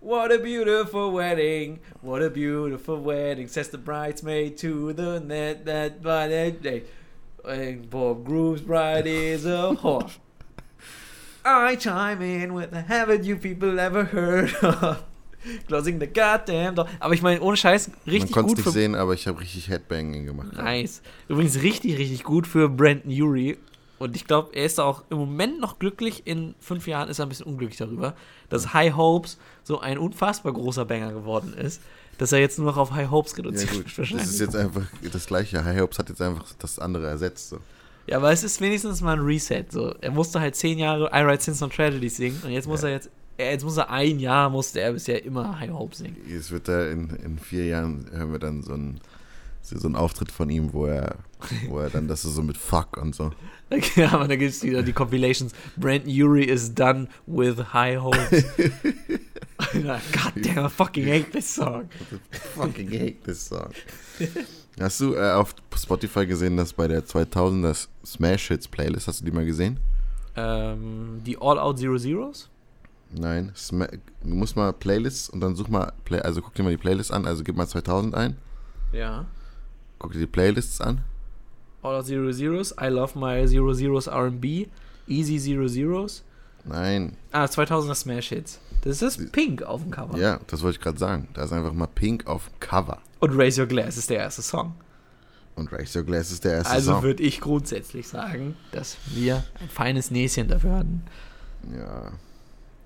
S2: What a beautiful wedding! What a beautiful wedding! Says the bridesmaid to the net that by that day. And Bob Groove's bride is a whore. I chime in with the haven't you people ever heard of closing the goddamn door. Aber ich meine, ohne Scheiß, richtig
S1: Man konnte
S2: gut
S1: es
S2: für
S1: nicht sehen, aber ich habe richtig Headbanging gemacht.
S2: Nice. Übrigens richtig, richtig gut für Brandon Urie. Und ich glaube, er ist da auch im Moment noch glücklich. In fünf Jahren ist er ein bisschen unglücklich darüber, dass High Hopes so ein unfassbar großer Banger geworden ist, dass er jetzt nur noch auf High Hopes
S1: Ja,
S2: reduziert
S1: gut.
S2: wird.
S1: Das
S2: wahrscheinlich.
S1: ist jetzt einfach das gleiche. High Hopes hat jetzt einfach das andere ersetzt. So.
S2: ja, aber es ist wenigstens mal ein Reset. So. Er musste halt zehn Jahre I Write Sins on Tragedies singen und jetzt muss
S1: Ja.
S2: er jetzt er- jetzt muss er ein Jahr, musste er bisher immer High Hope singen.
S1: Jetzt wird er in, in vier Jahren, hören wir dann so einen, so so einen Auftritt von ihm, wo er, wo er dann, das ist so mit Fuck und so.
S2: ja, aber da gibt es wieder die Compilations. Brandon Urie is done with High Hopes. Alter, God damn, I fucking hate this song.
S1: Fucking hate this song. Hast du äh, auf Spotify gesehen, dass bei der 2000er Smash Hits Playlist, hast du die mal gesehen?
S2: Ähm, die All Out Zero Zeros?
S1: Nein. Sma du musst mal Playlists und dann such mal, Play also guck dir mal die Playlist an, also gib mal 2000 ein,
S2: Ja.
S1: guck dir die Playlists an.
S2: All Out Zero Zeros, I Love My Zero Zeros RB, Easy Zero Zeros.
S1: Nein.
S2: Ah, 2000er Smash Hits. Das ist Pink auf dem Cover.
S1: Ja, das wollte ich gerade sagen. Da ist einfach mal Pink auf dem Cover.
S2: Und Raise Your Glass ist der erste Song.
S1: Und Raise Your Glass ist der erste
S2: Also
S1: Song.
S2: würde ich grundsätzlich sagen, dass wir ein feines Näschen dafür hatten.
S1: ja.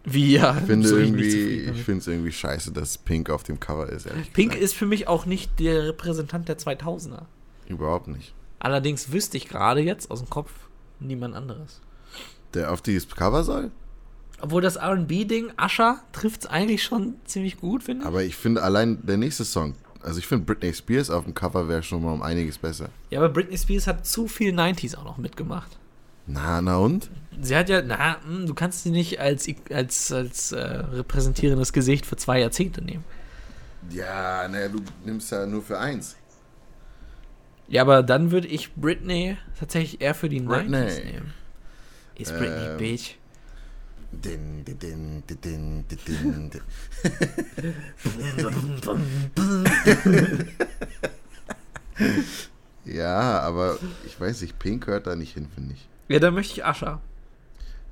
S2: Wir.
S1: Ich finde
S2: so richtig
S1: irgendwie,
S2: zufrieden
S1: ich
S2: damit.
S1: finde es irgendwie scheiße, dass Pink auf dem Cover ist. Ehrlich
S2: Pink
S1: gesagt.
S2: ist für mich auch nicht der Repräsentant der 2000er.
S1: überhaupt nicht.
S2: Allerdings wüsste ich gerade jetzt aus dem Kopf niemand anderes.
S1: Der auf dieses Cover soll?
S2: Obwohl das RB-Ding, Asha, trifft es eigentlich schon ziemlich gut, finde ich.
S1: Aber ich finde allein der nächste Song, also ich finde Britney Spears auf dem Cover wäre schon mal um einiges besser.
S2: Ja, aber Britney Spears hat zu viel 90s auch noch mitgemacht.
S1: Na, na und?
S2: Sie hat ja, na, hm, du kannst sie nicht als, als, als äh, repräsentierendes Gesicht für zwei Jahrzehnte nehmen.
S1: Ja, naja, du nimmst ja nur für eins.
S2: Ja, aber dann würde ich Britney tatsächlich eher für die
S1: Britney.
S2: 90s nehmen. Ist Britney
S1: Ähm.
S2: Bitch.
S1: Din, din, din, din, din, din, din, din. ja, aber ich weiß nicht, Pink hört da nicht hin, finde ich.
S2: Ja, dann möchte ich Asha.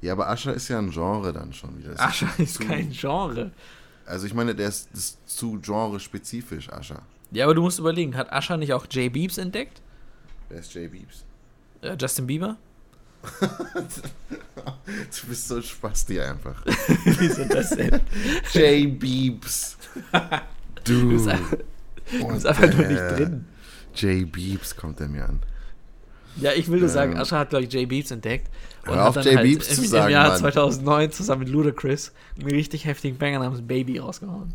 S1: Ja, aber Asher ist ja ein Genre dann schon wieder. Das
S2: Asha ist
S1: zu-
S2: kein Genre.
S1: Also ich meine, der ist, das ist zu genre-spezifisch, Asher.
S2: Ja, aber du musst überlegen, hat Asha nicht auch Jay Beebs entdeckt?
S1: Wer ist Jay Beeps?
S2: Äh, Justin Bieber?
S1: Du bist so ein Spasti einfach.
S2: Wieso das denn?
S1: Jay Beeps. Du.
S2: Du bist einfach, du bist einfach nur nicht drin.
S1: Jay Beeps kommt er mir an.
S2: Ja, ich will nur sagen,
S1: Ähm.
S2: Asha hat, glaube ich, Jay Beebs entdeckt. Und
S1: Hör auf,
S2: hat dann halt
S1: Jay Beebs
S2: im,
S1: zu sagen,
S2: Im Jahr
S1: Mann.
S2: 2009 zusammen mit Ludacris einen richtig heftigen Banger namens Baby rausgehauen.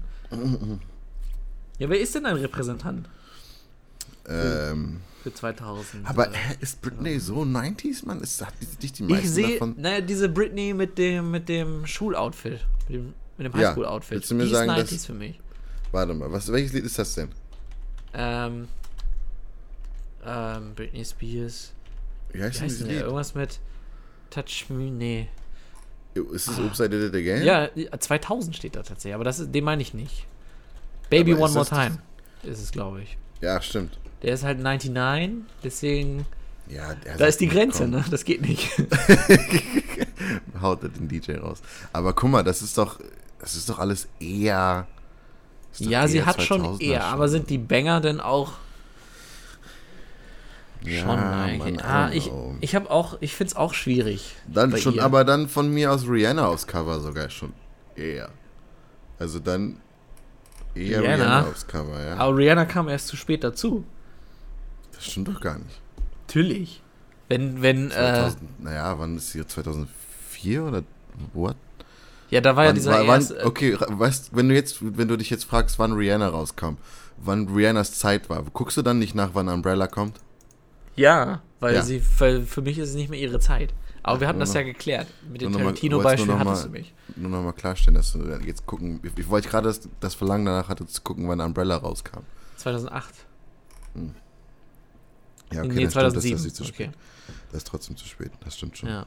S2: ja, wer ist denn ein Repräsentant
S1: Ähm,
S2: für 2000?
S1: aber hä, ist Britney so 90s, Mann? Ist, hat die- nicht die meisten
S2: ich sehe,
S1: davon?
S2: naja, diese Britney mit dem, mit dem Schuloutfit, mit dem, mit dem
S1: Ja,
S2: Highschool-Outfit,
S1: willst du mir
S2: die
S1: sagen, dass-
S2: ist 90s für mich.
S1: Warte mal, was, welches Lied ist das denn?
S2: Ähm, ähm, Britney Spears,
S1: Wie heißt
S2: wie
S1: denn
S2: heißt
S1: dieses
S2: denn der?
S1: Lied?
S2: Irgendwas mit Touch Me, nee.
S1: Ist es Upside Did It Again?
S2: Ah. Ja, 2000 steht da tatsächlich, aber das ist, den meine ich nicht. Baby
S1: Aber
S2: One
S1: ist
S2: More
S1: das das-
S2: Time ist es, glaube ich.
S1: Ja, stimmt.
S2: Der ist halt 99, deswegen,
S1: Ja, der
S2: da
S1: sagt
S2: ist die
S1: mir,
S2: Grenze,
S1: komm,
S2: ne? Das geht nicht.
S1: Haut er den DJ raus. Aber guck mal, das ist doch, das ist doch alles eher. ist doch
S2: ja, sie
S1: eher
S2: hat schon
S1: 2000er
S2: eher, aber sind die Banger denn auch
S1: Ja,
S2: schon eigentlich?
S1: Mann,
S2: ah,
S1: I don't
S2: ich,
S1: know.
S2: ich habe auch, ich finde es auch schwierig.
S1: Dann
S2: bei
S1: schon,
S2: ihr.
S1: aber dann von mir aus Rihanna aufs Cover sogar schon eher. Also dann eher
S2: Rihanna?
S1: Rihanna, aufs Cover, ja.
S2: Aber Rihanna kam erst zu spät dazu.
S1: Das stimmt doch gar nicht.
S2: Natürlich. Wenn, wenn, äh,
S1: 2000, naja, wann ist sie? 2004 oder what?
S2: ja, da war ja
S1: wann,
S2: dieser
S1: wann,
S2: erste, äh,
S1: okay, ra- weißt, wenn du jetzt, wenn du dich jetzt fragst, wann Rihanna rauskam, wann Rihannas Zeit war, guckst du dann nicht nach, wann Umbrella kommt?
S2: Ja, weil
S1: Ja.
S2: sie, weil für mich ist es nicht mehr ihre Zeit. Aber wir hatten
S1: nur
S2: das
S1: noch-
S2: ja geklärt. Mit dem
S1: nur noch mal-
S2: Tarantino-Beispiel
S1: wolltest nur noch
S2: hattest du
S1: mal-
S2: mich.
S1: Nur nochmal klarstellen, dass du jetzt gucken. Ich, ich wollte gerade das, das Verlangen danach hatte zu gucken, wann Umbrella rauskam.
S2: 2008.
S1: Ja,
S2: nee,
S1: dann stimmt das, dass
S2: 2007.
S1: sie zu spät.
S2: okay.
S1: Das ist trotzdem zu spät. Das stimmt schon.
S2: Ja.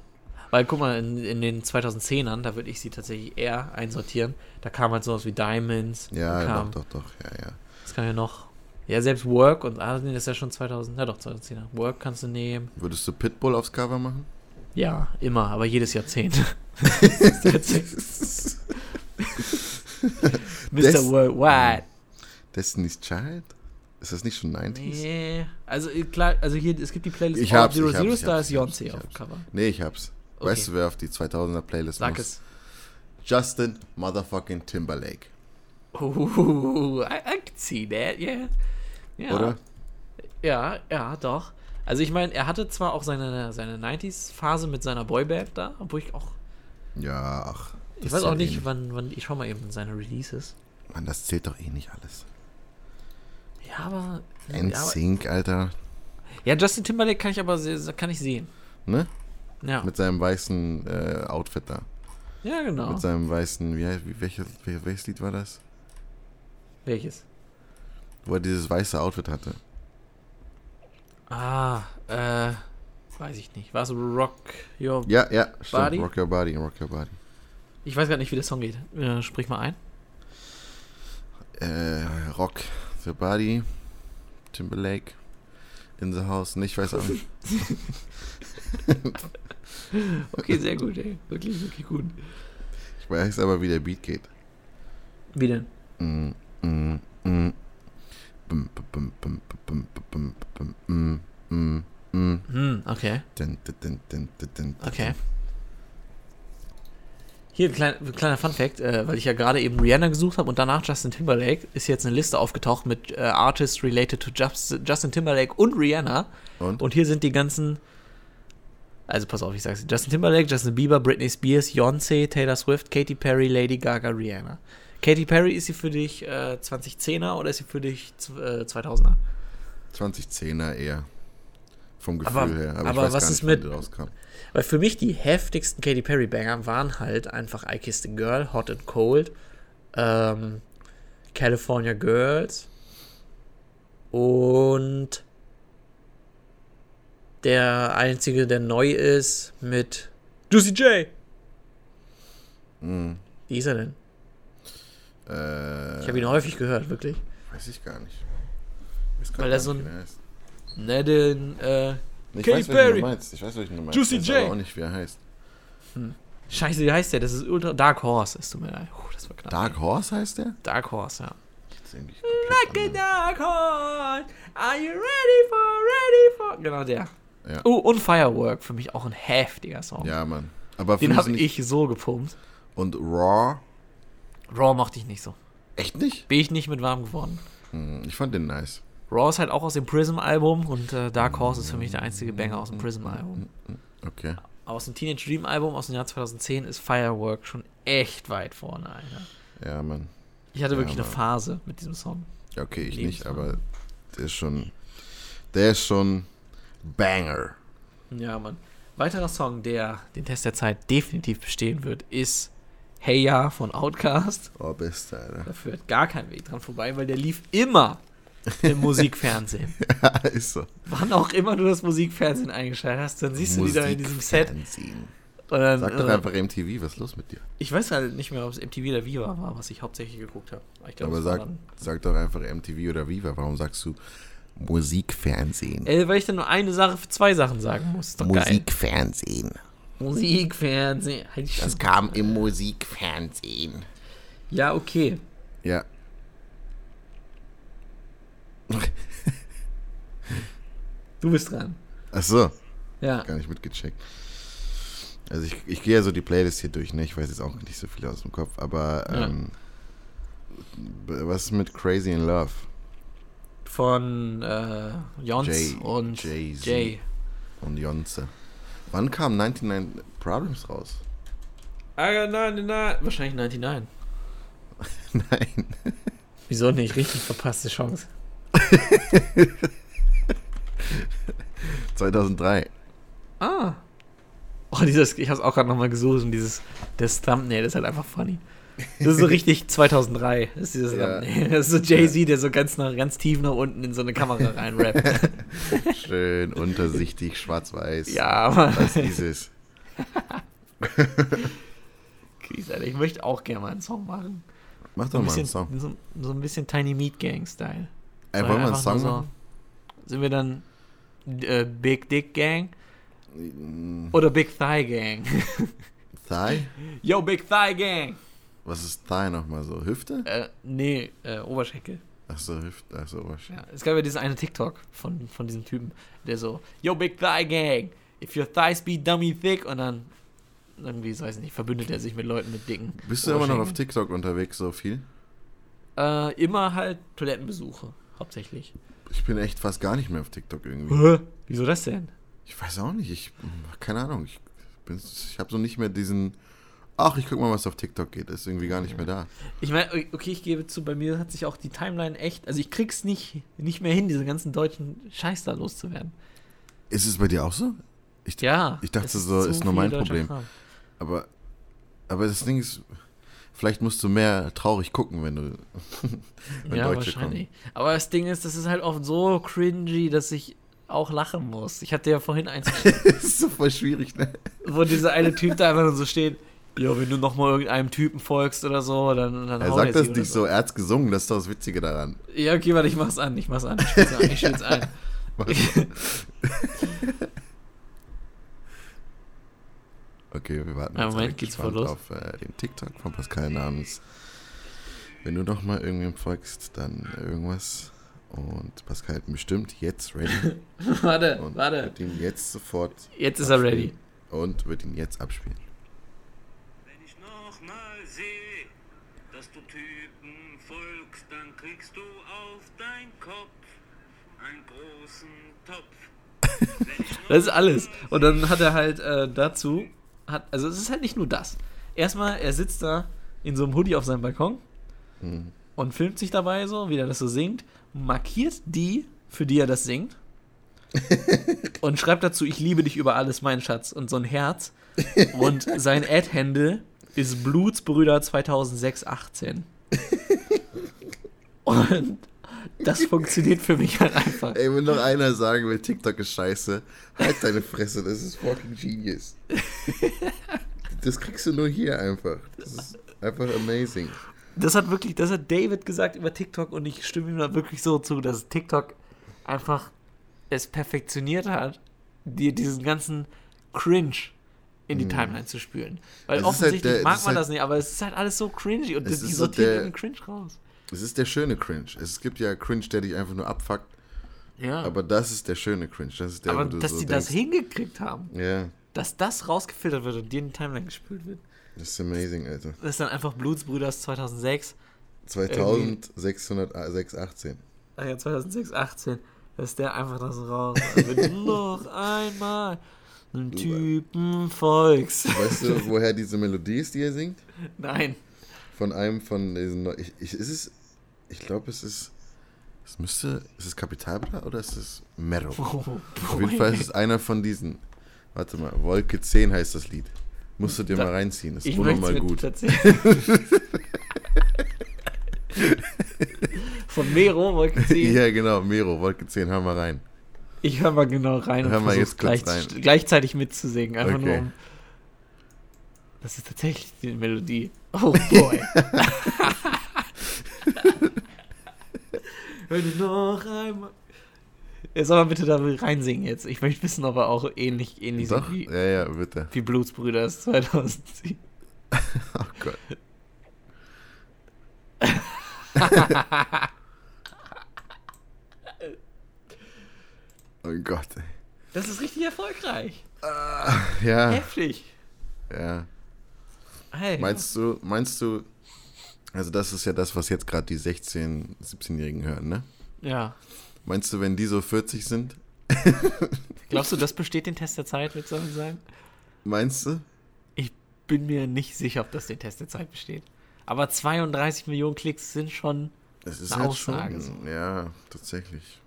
S2: Weil guck mal, in, in den 2010ern, da würde ich sie tatsächlich eher einsortieren. Da kam halt sowas wie Diamonds.
S1: Ja,
S2: da kam,
S1: doch, doch, doch, ja, ja.
S2: Das kam ja noch. Ja, selbst Work und ah, nee, das ist ja schon 2000. Ja, doch, 2010er. Work kannst du nehmen.
S1: Würdest du Pitbull aufs Cover machen?
S2: Ja, immer, aber jedes Jahrzehnt. Das ist witzig. Mr.
S1: Des-
S2: Worldwide.
S1: Destiny's Child? Ist das nicht schon 90s? Nee,
S2: Nee. Also äh, klar, also hier, es gibt die Playlist
S1: Ich
S2: All
S1: hab's,
S2: Zero
S1: ich hab's,
S2: Zero
S1: ich
S2: Star
S1: hab's,
S2: ist
S1: ich hab's,
S2: Beyoncé
S1: ich
S2: auf dem
S1: hab's.
S2: Cover.
S1: ich hab's.
S2: Okay.
S1: Weißt du, wer auf die 2000er Playlist
S2: Sag
S1: muss?
S2: es.
S1: Justin Motherfucking Timberlake.
S2: Oh, I, I can see that, yeah. Ja.
S1: Oder?
S2: Ja, ja, doch. Also ich meine, er hatte zwar auch seine, seine 90s-Phase mit seiner Boyband da, obwohl ich auch
S1: Ja, ach.
S2: Ich
S1: Das
S2: weiß auch
S1: zählt eh
S2: nicht,
S1: nicht.
S2: wann, wann. Ich schau mal eben seine Releases.
S1: Mann, das zählt doch eh nicht alles.
S2: Ja, aber. Ja, aber
S1: NSYNC, Alter.
S2: ja, Justin Timberlake kann ich aber se- kann ich sehen.
S1: Ne?
S2: Ja.
S1: Mit seinem weißen äh, Outfit da.
S2: Ja, genau.
S1: Mit seinem weißen, wie heißt, wie, welches, wel- welches Lied war das?
S2: Welches?
S1: Wo er dieses weiße Outfit hatte.
S2: Ah, äh. Weiß ich nicht. War es Rock Your.
S1: Ja, ja, stimmt.
S2: Body?
S1: Rock Your Body, Rock Your Body.
S2: Ich weiß gar nicht, wie der Song geht. Äh, sprich mal ein.
S1: Äh, Rock Your Body, Timberlake, In the House, nicht, weiß auch nicht.
S2: Okay, sehr gut, ey. Wirklich, wirklich gut.
S1: Ich weiß aber, wie der Beat geht.
S2: Wie denn?
S1: Mm, mm, mm. Bum, bum, bum, bum, bum, bum, bum, bum, mm, mm, mm.
S2: Hm, okay.
S1: Dun, dun, dun, dun, dun, dun, dun.
S2: Okay. Hier ein kleiner, ein kleiner Fun Fact, äh, weil ich ja gerade eben Rihanna gesucht habe und danach Justin Timberlake, ist jetzt eine Liste aufgetaucht mit äh, Artists related to Just, Justin Timberlake und Rihanna.
S1: Und?
S2: Und hier sind die ganzen. Also pass auf, ich sag's. dir. Justin Timberlake, Justin Bieber, Britney Spears, Beyoncé, Taylor Swift, Katy Perry, Lady Gaga, Rihanna. Katy Perry, ist sie für dich äh, 2010er oder ist sie für dich zw- äh, 2000er?
S1: 2010er eher. Vom Gefühl
S2: Aber-
S1: her. Aber,
S2: aber
S1: ich weiß
S2: was
S1: gar
S2: ist
S1: nicht, wann
S2: mit-
S1: die rauskam.
S2: Weil für mich die heftigsten Katy Perry Banger waren halt einfach I Kissed a Girl, Hot and Cold, ähm, California Girls und der einzige, der neu ist, mit Juicy J.
S1: Mm,
S2: Wie ist er denn?
S1: äh,
S2: Ich habe ihn häufig gehört, wirklich.
S1: Weiß ich gar nicht. Ich weiß
S2: Weil
S1: gar
S2: er so
S1: nicht,
S2: ein-
S1: wie der heißt.
S2: Ne, den, äh,
S1: Ich
S2: Katy
S1: weiß, welchen
S2: Perry.
S1: du meinst. Ich weiß, welchen du meinst.
S2: Juicy
S1: ich weiß
S2: J.
S1: aber auch nicht, wie er heißt.
S2: Scheiße, wie heißt der? Das ist Ultra Dark Horse, ist tut mir leid. Puh, das war knapp.
S1: Dark Horse heißt der?
S2: Dark Horse, ja.
S1: Das ist eigentlich komplett
S2: Like a
S1: anders.
S2: dark horse. Are you ready for, ready for? Genau der.
S1: Ja.
S2: Oh, und Firework, für mich auch ein heftiger Song.
S1: Ja, Mann. Aber
S2: Den
S1: findest du
S2: habe
S1: nicht-
S2: ich so gepumpt.
S1: Und Raw?
S2: Raw mochte ich nicht so.
S1: Echt nicht?
S2: Bin ich nicht mit warm geworden.
S1: Hm, Ich fand den nice.
S2: Raw ist halt auch aus dem Prism-Album und äh, Dark Horse ist für mich der einzige Banger aus dem Prism-Album.
S1: Okay.
S2: Aber aus dem Teenage Dream-Album aus dem Jahr 2010 ist Firework schon echt weit vorne, Alter.
S1: Ja, Mann.
S2: Ich hatte
S1: Ja,
S2: wirklich eine
S1: Mann.
S2: Phase mit diesem Song.
S1: Ja, okay, ich nicht,
S2: Lebensraum.
S1: aber der ist schon. Der ist schon. Banger.
S2: Ja, Mann. Weiterer Song, der den Test der Zeit definitiv bestehen wird, ist Hey Ya von Outkast.
S1: Oh, beste, Alter.
S2: Da führt gar kein Weg dran vorbei, weil der lief immer im Musikfernsehen.
S1: ja, ist so.
S2: Wann auch immer du das Musikfernsehen eingeschaltet hast, dann siehst du die da in diesem Set.
S1: Musikfernsehen.
S2: Und dann,
S1: Sag doch
S2: äh,
S1: einfach MTV, was ist los mit dir?
S2: Ich weiß halt nicht mehr, ob es MTV oder Viva war, was ich hauptsächlich geguckt habe. Ich glaub,
S1: Aber
S2: es war
S1: sag,
S2: dann-
S1: sag doch einfach MTV oder Viva. Warum sagst du Musikfernsehen?
S2: Ey, Äh, weil ich dann nur eine Sache für zwei Sachen sagen muss. Ist doch geil.
S1: Musikfernsehen.
S2: Musikfernsehen. Halt die
S1: Das
S2: Schnauze.
S1: kam im Musikfernsehen.
S2: ja, okay.
S1: Ja.
S2: Du bist dran.
S1: Ach so,
S2: Ja.
S1: gar nicht mitgecheckt. Also ich, ich gehe ja so die Playlist hier durch, ne? Ich weiß jetzt auch nicht so viel aus dem Kopf, aber
S2: Ja.
S1: ähm, b- was ist mit Crazy in Love?
S2: Von äh, Jons
S1: Jay-
S2: und
S1: Jay-Z.
S2: Jay.
S1: Und Jonze. Wann kam 99 Problems raus?
S2: I got 99. Wahrscheinlich 99.
S1: Nein.
S2: Wieso nicht? Richtig verpasste Chance.
S1: 2003.
S2: Ah. Oh, dieses, ich hab's auch gerade nochmal gesucht und dieses, das Thumbnail ist halt einfach funny. Das ist so richtig 2003, ist dieses
S1: Ja.
S2: Thumbnail. Das ist so Jay-Z, der so ganz, nach, ganz tief nach unten in so eine Kamera reinrappt.
S1: Schön untersichtig, schwarz-weiß.
S2: ja, Mann.
S1: Was ist es?
S2: Chris, Alter, ich möchte auch gerne mal einen Song machen.
S1: Mach
S2: So
S1: doch
S2: ein
S1: mal einen
S2: bisschen,
S1: Song.
S2: so, so ein bisschen Tiny Meat Gang-Style.
S1: Ey,
S2: Weil
S1: wollen wir einen
S2: einfach
S1: Song
S2: nur so-
S1: machen?
S2: Sind wir dann äh, Big Dick Gang
S1: Mm,
S2: oder Big Thigh Gang?
S1: Thigh?
S2: Yo, Big Thigh Gang!
S1: Was ist Thigh nochmal so? Hüfte?
S2: Äh, nee, äh, Oberschenkel.
S1: Achso, Hüfte. Achso, wahrscheinlich.
S2: Ja, es gab ja dieses eine TikTok von, von diesem Typen, der so, Yo, Big Thigh Gang, if your thighs be dummy thick, und dann irgendwie, ich weiß ich nicht, verbündet er sich mit Leuten mit dicken.
S1: Bist du immer noch auf
S2: Oberschenkeln.
S1: TikTok unterwegs so viel?
S2: Äh, immer halt Toilettenbesuche, hauptsächlich.
S1: Ich bin echt fast gar nicht mehr auf TikTok irgendwie.
S2: Hä? Wieso das denn?
S1: Ich weiß auch nicht. Ich, keine Ahnung. Ich, bin- ich habe so nicht mehr diesen ach, ich guck mal, was auf TikTok geht. Ist irgendwie gar nicht mehr da.
S2: Ich meine, okay, ich gebe zu, bei mir hat sich auch die Timeline echt. Also ich krieg's nicht, nicht mehr hin, diesen ganzen deutschen Scheiß da loszuwerden.
S1: Ist es bei dir auch so? Ich,
S2: Ja.
S1: Ich dachte
S2: es
S1: so, ist nur
S2: viel
S1: mein
S2: deutscher
S1: Problem.
S2: Kram.
S1: Aber, aber das Ding ist, vielleicht musst du mehr traurig gucken, wenn du. wenn
S2: ja,
S1: Deutsche
S2: wahrscheinlich. Aber das Ding ist, das ist halt oft so cringy, dass ich auch lachen muss. Ich hatte ja vorhin eins,
S1: das ist so voll schwierig, ne?
S2: wo dieser eine Typ da einfach nur so steht. Ja, wenn du nochmal irgendeinem Typen folgst oder so, dann, dann
S1: Er
S2: haut
S1: sagt
S2: er
S1: das
S2: sie oder
S1: nicht so, er hat's gesungen, das ist doch das Witzige daran.
S2: Ja, okay, warte, ich mach's an. Ich mach's an. Ich spiel's an. Ich spiel's an.
S1: Okay, wir warten
S2: Ja,
S1: jetzt
S2: Moment,
S1: alle
S2: geht's voll
S1: gespannt
S2: los?
S1: auf äh, den TikTok von Pascal namens. Wenn du noch mal irgendwem folgst, dann irgendwas. Und Pascal hat bestimmt jetzt ready
S4: Warte,
S1: und
S4: warte.
S1: wird ihn jetzt sofort
S2: Jetzt ist er ready.
S1: und wird ihn jetzt abspielen.
S5: Wenn ich nochmal sehe, dass du Typen folgst, dann kriegst du auf dein Kopf einen großen Topf.
S2: Das ist alles. Und dann hat er halt äh, dazu, hat, also es ist halt nicht nur das. Erstmal, er sitzt da in so einem Hoodie auf seinem Balkon und filmt sich dabei so, wie er das so singt, markiert die, für die er das singt und schreibt dazu, ich liebe dich über alles, mein Schatz und so ein Herz. Und sein Ad-Handle ist Blutsbrüder 2006-18. Und das funktioniert für mich halt einfach.
S1: Ey, wenn noch einer sagen will, TikTok ist scheiße, halt deine Fresse, das ist fucking genius. Das kriegst du nur hier einfach. Das ist einfach amazing.
S2: Das hat wirklich, das hat David gesagt über TikTok und ich stimme ihm da wirklich so zu, dass TikTok einfach es perfektioniert hat, dir diesen ganzen Cringe in die Timeline zu spülen. Weil
S1: Mhm. Es ist halt
S2: offensichtlich
S1: der- es
S2: mag
S1: ist
S2: man
S1: halt-
S2: das nicht, aber es ist halt alles so cringy und die
S1: Es ist so
S2: sortieren
S1: der-
S2: den Cringe raus.
S1: Es ist der schöne Cringe. Es gibt ja Cringe, der dich einfach nur abfuckt,
S2: Ja. Aber,
S1: aber das ist der schöne Cringe. Das ist der, wo du
S2: Ah. dass
S1: so
S2: die das
S1: denkst,
S2: hingekriegt haben,
S1: Ja,
S2: dass das rausgefiltert wird und dir in die Timeline gespült wird.
S1: das ist amazing, Alter.
S2: Das ist dann einfach Blutsbrüders 2006,
S1: 2618.
S2: ach ja, 2006, 18, dass der einfach das raus. Also, wenn du noch einmal einen
S1: äh,
S2: Typen folgst.
S1: Weißt du, woher diese Melodie ist, die er singt?
S2: Nein.
S1: Von einem von diesen. Neu- Ich, ich, ist es, ich glaube, es ist. Es müsste. Ist es Kapitalbra oder ist es Mero? Auf jeden Fall ist es einer von diesen. Warte mal, Wolke 10 heißt das Lied. Musst du dir
S2: Da-
S1: mal reinziehen, das ist
S2: ich möchte
S1: unnormal
S2: mir
S1: gut.
S2: tatsächlich. Von Mero wollte ich sehen.
S1: Ja, genau, Mero, Wolke 10, hör mal rein.
S2: Ich höre mal genau rein
S1: Hör mal
S2: versuch's
S1: jetzt kurz
S2: gleich,
S1: rein.
S2: gleichzeitig mitzusingen. Einfach
S1: Okay.
S2: nur um. Das ist tatsächlich die Melodie. Oh boy. Wenn du noch einmal. Er soll mal bitte da reinsingen jetzt. Ich möchte wissen, ob er auch ähnlich, ähnlich
S1: Doch?
S2: singt wie,
S1: Ja, ja, bitte.
S2: wie Blues Brüders 2007.
S1: Oh Gott. oh Gott, ey.
S2: Das ist richtig erfolgreich.
S1: Ja,
S2: Heftig.
S1: ja.
S2: Hey.
S1: Meinst du, meinst du, also das ist ja das, was jetzt gerade die 16-, 17-Jährigen hören, ne?
S2: Ja.
S1: Meinst du, wenn die so 40 sind,
S2: Glaubst du, das besteht den Test der Zeit, würdest du sagen?
S1: meinst du?
S2: Ich bin mir nicht sicher, ob das den Test der Zeit besteht. Aber 32 Millionen Klicks sind schon.
S1: Das ist
S2: Eine
S1: halt
S2: Aussage
S1: schon, ja, tatsächlich.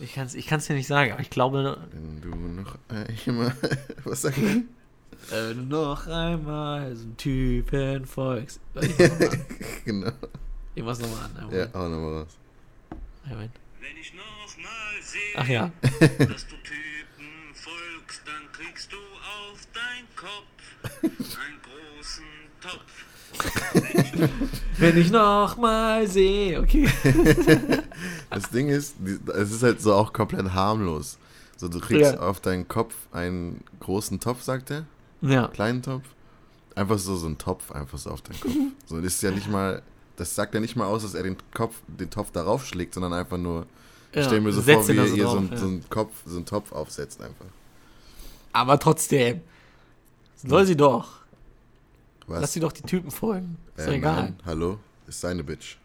S2: Ich kann es ich kann's dir nicht sagen, aber ich glaube.
S1: Wenn du noch einmal, was sagst du?
S2: Äh, noch einmal so ein Typen folgst. Warte,
S1: genau.
S2: Ich mach's nochmal an. Ich mach's nochmal an.
S1: Ja, auch nochmal raus.
S2: Einen Moment.
S5: Wenn ich nochmal sehe,
S2: Ach ja.
S5: dass du Typen folgst, dann kriegst du auf dein Kopf einen großen Topf.
S2: Wenn ich nochmal sehe. Okay.
S1: Das Ding ist, die- es ist halt so auch komplett harmlos. So, du kriegst
S2: Ja.
S1: auf deinen Kopf einen großen Topf, sagt er.
S2: Ja.
S1: Kleinen Topf. Einfach so, so ein Topf, einfach so auf deinen Kopf. So, das ist ja nicht mal, das sagt ja nicht mal aus, dass er den Kopf, den Topf darauf schlägt, sondern einfach nur,
S2: ja.
S1: ich stell mir so
S2: Setz
S1: vor, wie
S2: ihn da
S1: er ihr so,
S2: drauf,
S1: einen-
S2: ja.
S1: so einen Kopf, so einen Topf aufsetzt einfach.
S2: Aber trotzdem. Soll sie doch.
S1: Was?
S2: Lass sie doch die Typen folgen. Ist doch
S1: Äh,
S2: egal.
S1: nein, hallo? Ist seine Bitch.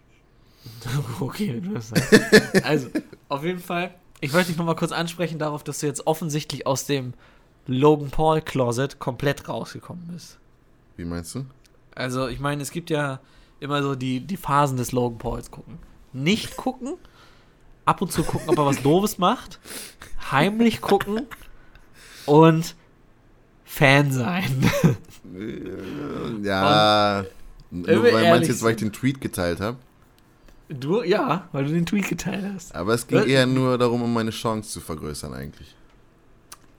S2: Okay, wenn du das sagst. Also, auf jeden Fall, ich möchte dich nochmal kurz ansprechen darauf, dass du jetzt offensichtlich aus dem Logan Paul Closet komplett rausgekommen bist.
S1: Wie meinst du?
S2: Also, ich meine, es gibt ja immer so die, die Phasen des Logan Pauls gucken. Nicht gucken, ab und zu gucken, ob er was Doofes macht, heimlich gucken und Fan sein.
S1: Ja.
S2: wenn
S1: Nur
S2: wir
S1: weil meinst
S2: ehrlich
S1: du jetzt, weil ich den Tweet geteilt habe.
S2: Du, ja, weil du den Tweet geteilt hast.
S1: Aber es ging
S2: Was?
S1: eher nur darum, um meine Chance zu vergrößern eigentlich.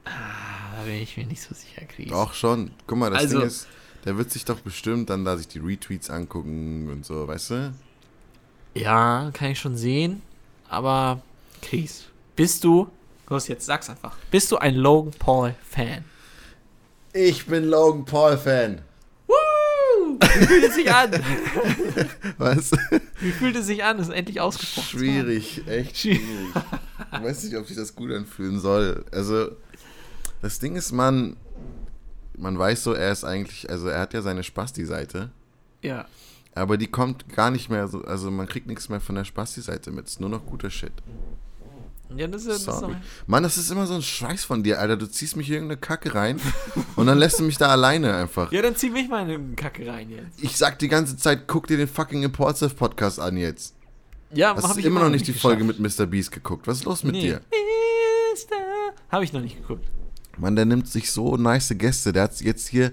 S2: Da Ah, bin ich mir nicht so sicher, Chris.
S1: Doch schon. Guck mal, das
S2: Also-
S1: Ding ist, der wird sich doch bestimmt dann da sich die Retweets angucken und so, weißt du?
S2: Ja, kann ich schon sehen. Aber, Chris, bist du, los jetzt, sag's einfach, bist du ein Logan Paul-Fan?
S1: Ich bin Logan Paul Fan.
S2: Woo! Wie fühlt es sich an?
S1: Was?
S2: Wie fühlt es sich an? Das ist endlich ausgesprochen.
S1: Schwierig, echt schwierig. Ich weiß nicht, ob sich das gut anfühlen soll. Also, das Ding ist, man, man weiß so, er ist eigentlich, also er hat ja seine Spasti-Seite,
S2: Ja.
S1: aber die kommt gar nicht mehr, so, also man kriegt nichts mehr von der Spasti-Seite mit. Es ist nur noch guter Shit.
S2: Ja, das ist, das ist
S1: Sorry.
S2: doch-
S1: Mann, das ist immer so ein Scheiß von dir, Alter. Du ziehst mich hier irgendeine Kacke rein und dann lässt du mich da alleine einfach.
S2: Ja, dann zieh mich mal in den Kacke rein jetzt.
S1: Ich sag die ganze Zeit, guck dir den fucking Impulsive Podcast an jetzt.
S2: Ja,
S1: Hast
S2: hab
S1: du immer noch nicht die Folge
S2: geschafft.
S1: mit Mr. Beast geguckt? Was ist los mit
S2: nee.
S1: dir?
S2: Mister, hab ich noch nicht geguckt.
S1: Mann, der nimmt sich so nice Gäste. Der hat jetzt hier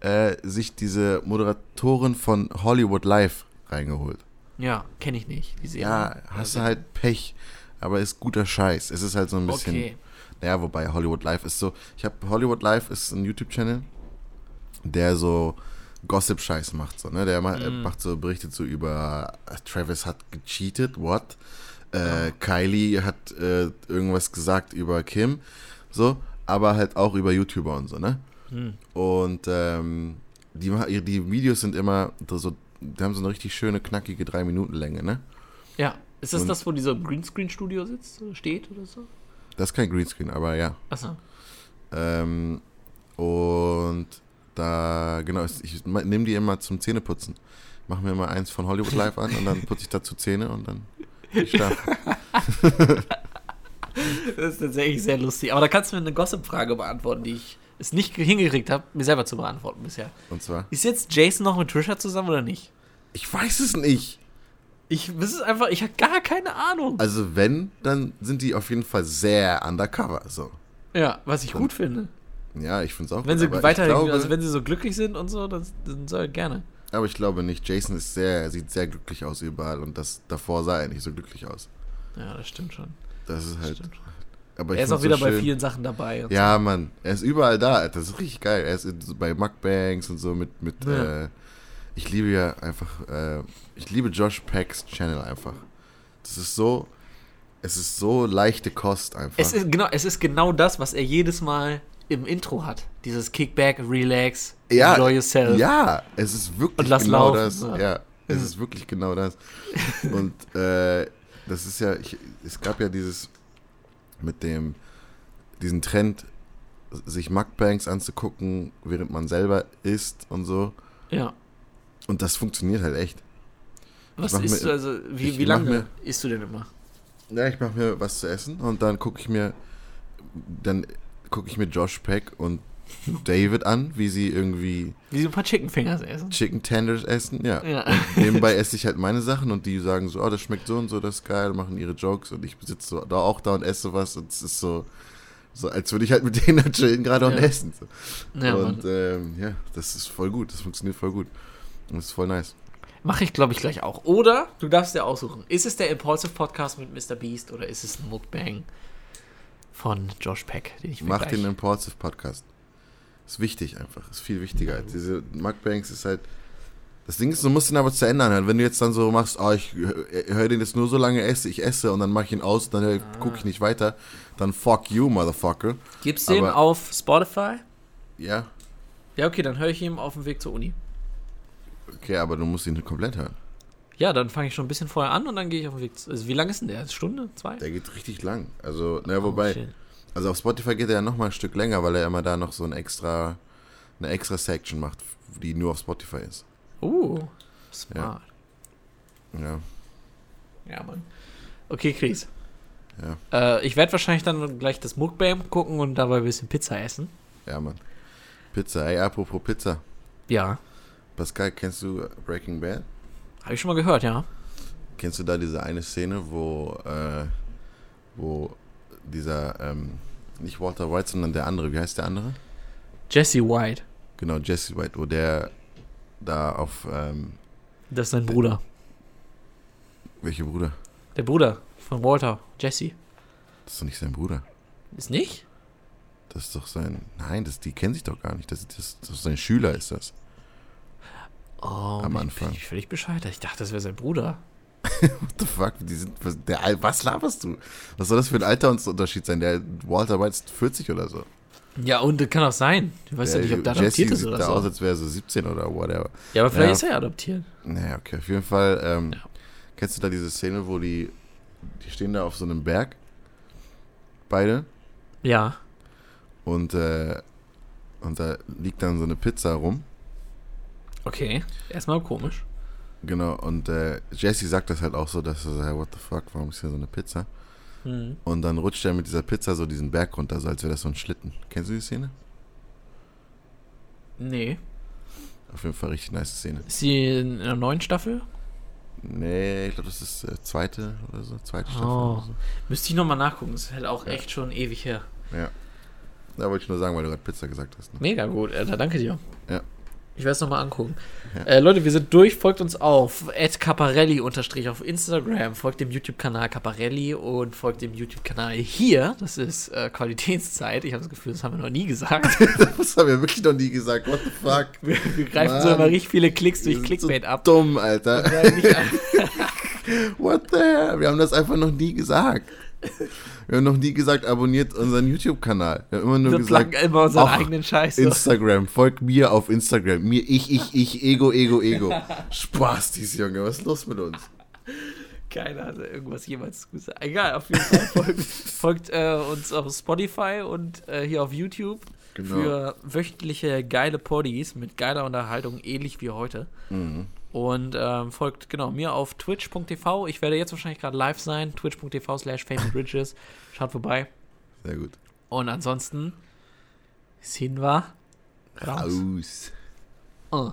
S1: äh, sich diese Moderatorin von Hollywood Live reingeholt.
S2: Ja, kenne ich nicht. Die Serie. Also-
S1: Ja, hast du halt Pech, aber ist guter Scheiß. Es ist halt so ein bisschen.
S2: Okay.
S1: Naja, wobei Hollywood Live ist so. Ich habe Hollywood Live ist ein YouTube-Channel, der so Gossip-Scheiß macht. So, ne? Der ma äh,
S2: Mm.
S1: macht so Berichte zu über äh, Travis hat gecheatet, what? Äh, Kylie hat äh, irgendwas gesagt über Kim, so, aber halt auch über YouTuber und so, ne?
S2: Hm.
S1: Und ähm, die, ma- die Videos sind immer so, die haben so eine richtig schöne, knackige 3-Minuten-Länge, ne?
S2: Ja. Ist das
S1: Und-
S2: das, wo dieser Greenscreen-Studio sitzt oder steht oder so?
S1: Das ist kein Greenscreen, aber ja.
S2: Achso.
S1: Ähm, und da, genau, ich- ich nehme die immer zum Zähneputzen. Mach mir immer eins von Hollywood Live an und dann putze ich dazu Zähne und dann geh ich schlafen.
S2: Das ist tatsächlich sehr lustig. Aber da kannst du mir eine Gossip-Frage beantworten, die ich es nicht hingekriegt habe, mir selber zu beantworten bisher.
S1: Und zwar,
S2: Ist jetzt Jason noch mit Trisha zusammen oder nicht?
S1: ich weiß es nicht.
S2: Ich, das ist einfach, ich habe gar keine Ahnung.
S1: Also wenn, dann sind die auf jeden Fall sehr undercover. So.
S2: ja, was ich gut finde.
S1: Ja, ich finde es auch
S2: Wenn sie
S1: aber ich
S2: weiterhin,
S1: glaube,
S2: also wenn sie so glücklich sind und so, dann, dann soll gerne.
S1: Aber ich glaube nicht. Jason ist sehr, sieht sehr glücklich aus überall und das davor sah er nicht so glücklich aus.
S2: Ja, das stimmt schon.
S1: Das ist halt.
S2: Stimmt.
S1: Aber ich
S2: er ist
S1: find's
S2: auch wieder
S1: so
S2: bei
S1: schön.
S2: vielen Sachen dabei. und
S1: Ja, Mann, er ist überall da, Alter. Das ist richtig geil. Er ist in- so bei Mukbangs und so mit. mit
S2: Ja.
S1: äh, ich liebe ja einfach. Äh, ich liebe Josh Packs Channel einfach. Das ist so. Es ist so leichte Kost einfach.
S2: Es ist, genau, es ist genau das, was er jedes Mal im Intro hat. Dieses Kickback, Relax,
S1: ja,
S2: Enjoy Yourself.
S1: Ja, es ist wirklich
S2: Und lass
S1: genau
S2: laufen,
S1: das.
S2: ja.
S1: Ja, es ist wirklich genau das. Und äh, das ist ja. Ich, es gab ja dieses. Mit dem. Diesen Trend, sich Mukbangs anzugucken, während man selber isst und so.
S2: Ja.
S1: Und das funktioniert halt echt.
S2: Was
S1: mach
S2: isst
S1: mir-
S2: du, also, wie,
S1: ich
S2: wie
S1: mach
S2: lange
S1: mir-
S2: isst du denn immer?
S1: Ja, ich mache mir was zu essen und dann gucke ich mir dann gucke ich mir Josh Peck und David an, wie sie irgendwie
S2: Wie so ein paar Chicken Fingers essen.
S1: Chicken Tenders essen. Ja.
S2: Ja.
S1: Nebenbei esse ich halt meine Sachen und die sagen so, oh, das schmeckt so und so, das ist geil, machen ihre Jokes und ich sitze so, da auch da und esse was und es ist so, so als würde ich halt mit denen chillen gerade und
S2: Ja.
S1: essen. So.
S2: ja,
S1: und
S2: Mann.
S1: ähm, ja, das ist voll gut, das funktioniert voll gut. Und das ist voll nice.
S2: Mache ich, glaube ich, gleich auch. Oder du darfst dir aussuchen. Ist es der Impulsive Podcast mit Mr. Beast oder ist es ein Mukbang von Josh Peck, den ich mir
S1: Mach
S2: gleich-
S1: den Impulsive Podcast. Ist wichtig einfach. Ist viel wichtiger. als Diese Mukbangs ist halt. Das Ding ist, du musst ihn aber zu ändern hören. Wenn du jetzt dann so machst, oh, ich höre den jetzt nur so lange esse, ich esse und dann mache ich ihn aus, dann ah. gucke ich nicht weiter, dann fuck you, Motherfucker.
S2: Gibst du ihm
S1: aber-
S2: auf Spotify?
S1: Ja,
S2: Ja, okay, dann höre ich ihm auf dem Weg zur Uni.
S1: okay, aber du musst ihn komplett hören.
S2: Ja, dann fange ich schon ein bisschen vorher an und dann gehe ich auf den Weg. Zu, also wie lange ist denn der? Eine Stunde? Zwei?
S1: Der geht richtig lang. Also, naja,
S2: Oh,
S1: wobei,
S2: shit.
S1: also auf Spotify geht er ja nochmal ein Stück länger, weil er immer da noch so ein extra, eine extra Section macht, die nur auf Spotify ist.
S2: Uh, smart.
S1: Ja.
S2: Ja, Mann. Okay, Chris.
S1: Ja.
S2: Äh, ich werde wahrscheinlich dann gleich das Mukbang gucken und dabei ein bisschen Pizza essen.
S1: Ja, Mann. Pizza, ey, apropos Pizza.
S2: Ja.
S1: Pascal, kennst du Breaking Bad?
S2: Habe ich schon mal gehört, ja.
S1: Kennst du da diese eine Szene, wo, äh, wo dieser, ähm, nicht Walter White, sondern der andere, wie heißt der andere?
S2: Jesse White,
S1: Genau, Jesse White, wo der da auf, ähm,
S2: das ist sein Bruder.
S1: welcher Bruder?
S2: Der Bruder von Walter, Jesse.
S1: Das ist doch nicht sein Bruder.
S2: Ist nicht?
S1: Das ist doch sein, nein, das, die kennen sich doch gar nicht. Das, das, das ist sein Schüler, ist das.
S2: Oh,
S1: Am
S2: ich-
S1: Anfang.
S2: Ich völlig bescheid. Ich dachte, das wäre sein Bruder.
S1: What the fuck? Die sind, was, der, Al- was laberst du? Was soll das für ein Altersunterschied sein? Der Walter White ist 40 oder so.
S2: Ja, und das kann auch sein. Du weißt ja
S1: der,
S2: nicht, ob der
S1: Jesse
S2: adoptiert ist
S1: sieht
S2: oder
S1: da aus,
S2: so.
S1: als wäre er so 17 oder whatever.
S2: Ja, aber vielleicht
S1: Ja.
S2: ist er ja adoptiert.
S1: Naja, okay. Auf jeden Fall, ähm,
S2: Ja.
S1: kennst du da diese Szene, wo die, die stehen da auf so einem Berg, beide,
S2: Ja.
S1: und, äh, und da liegt dann so eine Pizza rum.
S2: Okay. Erstmal komisch.
S1: Genau, und äh, Jesse sagt das halt auch so, dass er so, hey, what the fuck, warum ist hier so eine Pizza?
S2: Hm.
S1: Und dann rutscht er mit dieser Pizza so diesen Berg runter, so als wäre das so ein Schlitten. Kennst du die Szene?
S2: Nee.
S1: Auf jeden Fall richtig nice Szene.
S2: Ist sie in einer neuen Staffel?
S1: Nee, ich glaube, das ist äh, zweite oder so, zweite Staffel
S2: Oh.
S1: oder
S2: Müsste ich nochmal nachgucken. Das ist halt auch echt schon ewig her.
S1: so. Ja. Da wollte ich nur sagen, weil du gerade Pizza gesagt hast. Ne?
S2: Mega gut, Alter. Danke dir.
S1: Ja.
S2: Ich werde es nochmal angucken.
S1: Ja.
S2: Äh, Leute, wir sind durch. Folgt uns auf caparelli auf Instagram. Folgt dem YouTube-Kanal Caparelli und folgt dem YouTube-Kanal hier. Das ist äh, Qualitätszeit. Ich habe das Gefühl, das haben wir noch nie gesagt.
S1: Das haben wir wirklich noch nie gesagt. What the fuck?
S2: Wir, wir greifen so
S1: Mann.
S2: immer richtig viele Klicks
S1: Wir
S2: durch
S1: sind
S2: Clickbait
S1: so
S2: ab.
S1: Dumm, Alter.
S2: Weil nicht alle-
S1: What the hell? Wir haben das einfach noch nie gesagt. Wir haben noch nie gesagt, abonniert unseren YouTube-Kanal. Wir haben immer nur
S2: Wir plagen
S1: gesagt,
S2: immer unseren
S1: ach,
S2: eigenen Scheiß. so.
S1: Instagram, folgt mir auf Instagram. Mir, ich, ich, ich, Ego, Ego, Ego. Spaß, dies Junge, was ist los mit uns?
S2: Keiner hat irgendwas jemals gesagt. Egal, auf jeden Fall folgt, folgt äh, uns auf Spotify und äh, hier auf YouTube
S1: Genau.
S2: für wöchentliche geile Poddies mit geiler Unterhaltung, ähnlich wie heute. Und ähm, folgt genau mir auf twitch.tv. Ich werde jetzt wahrscheinlich gerade live sein. twitch.tv slash famousbridges. Schaut vorbei.
S1: Sehr gut.
S2: Und ansonsten sind wir raus.
S1: Aus.
S2: Oh.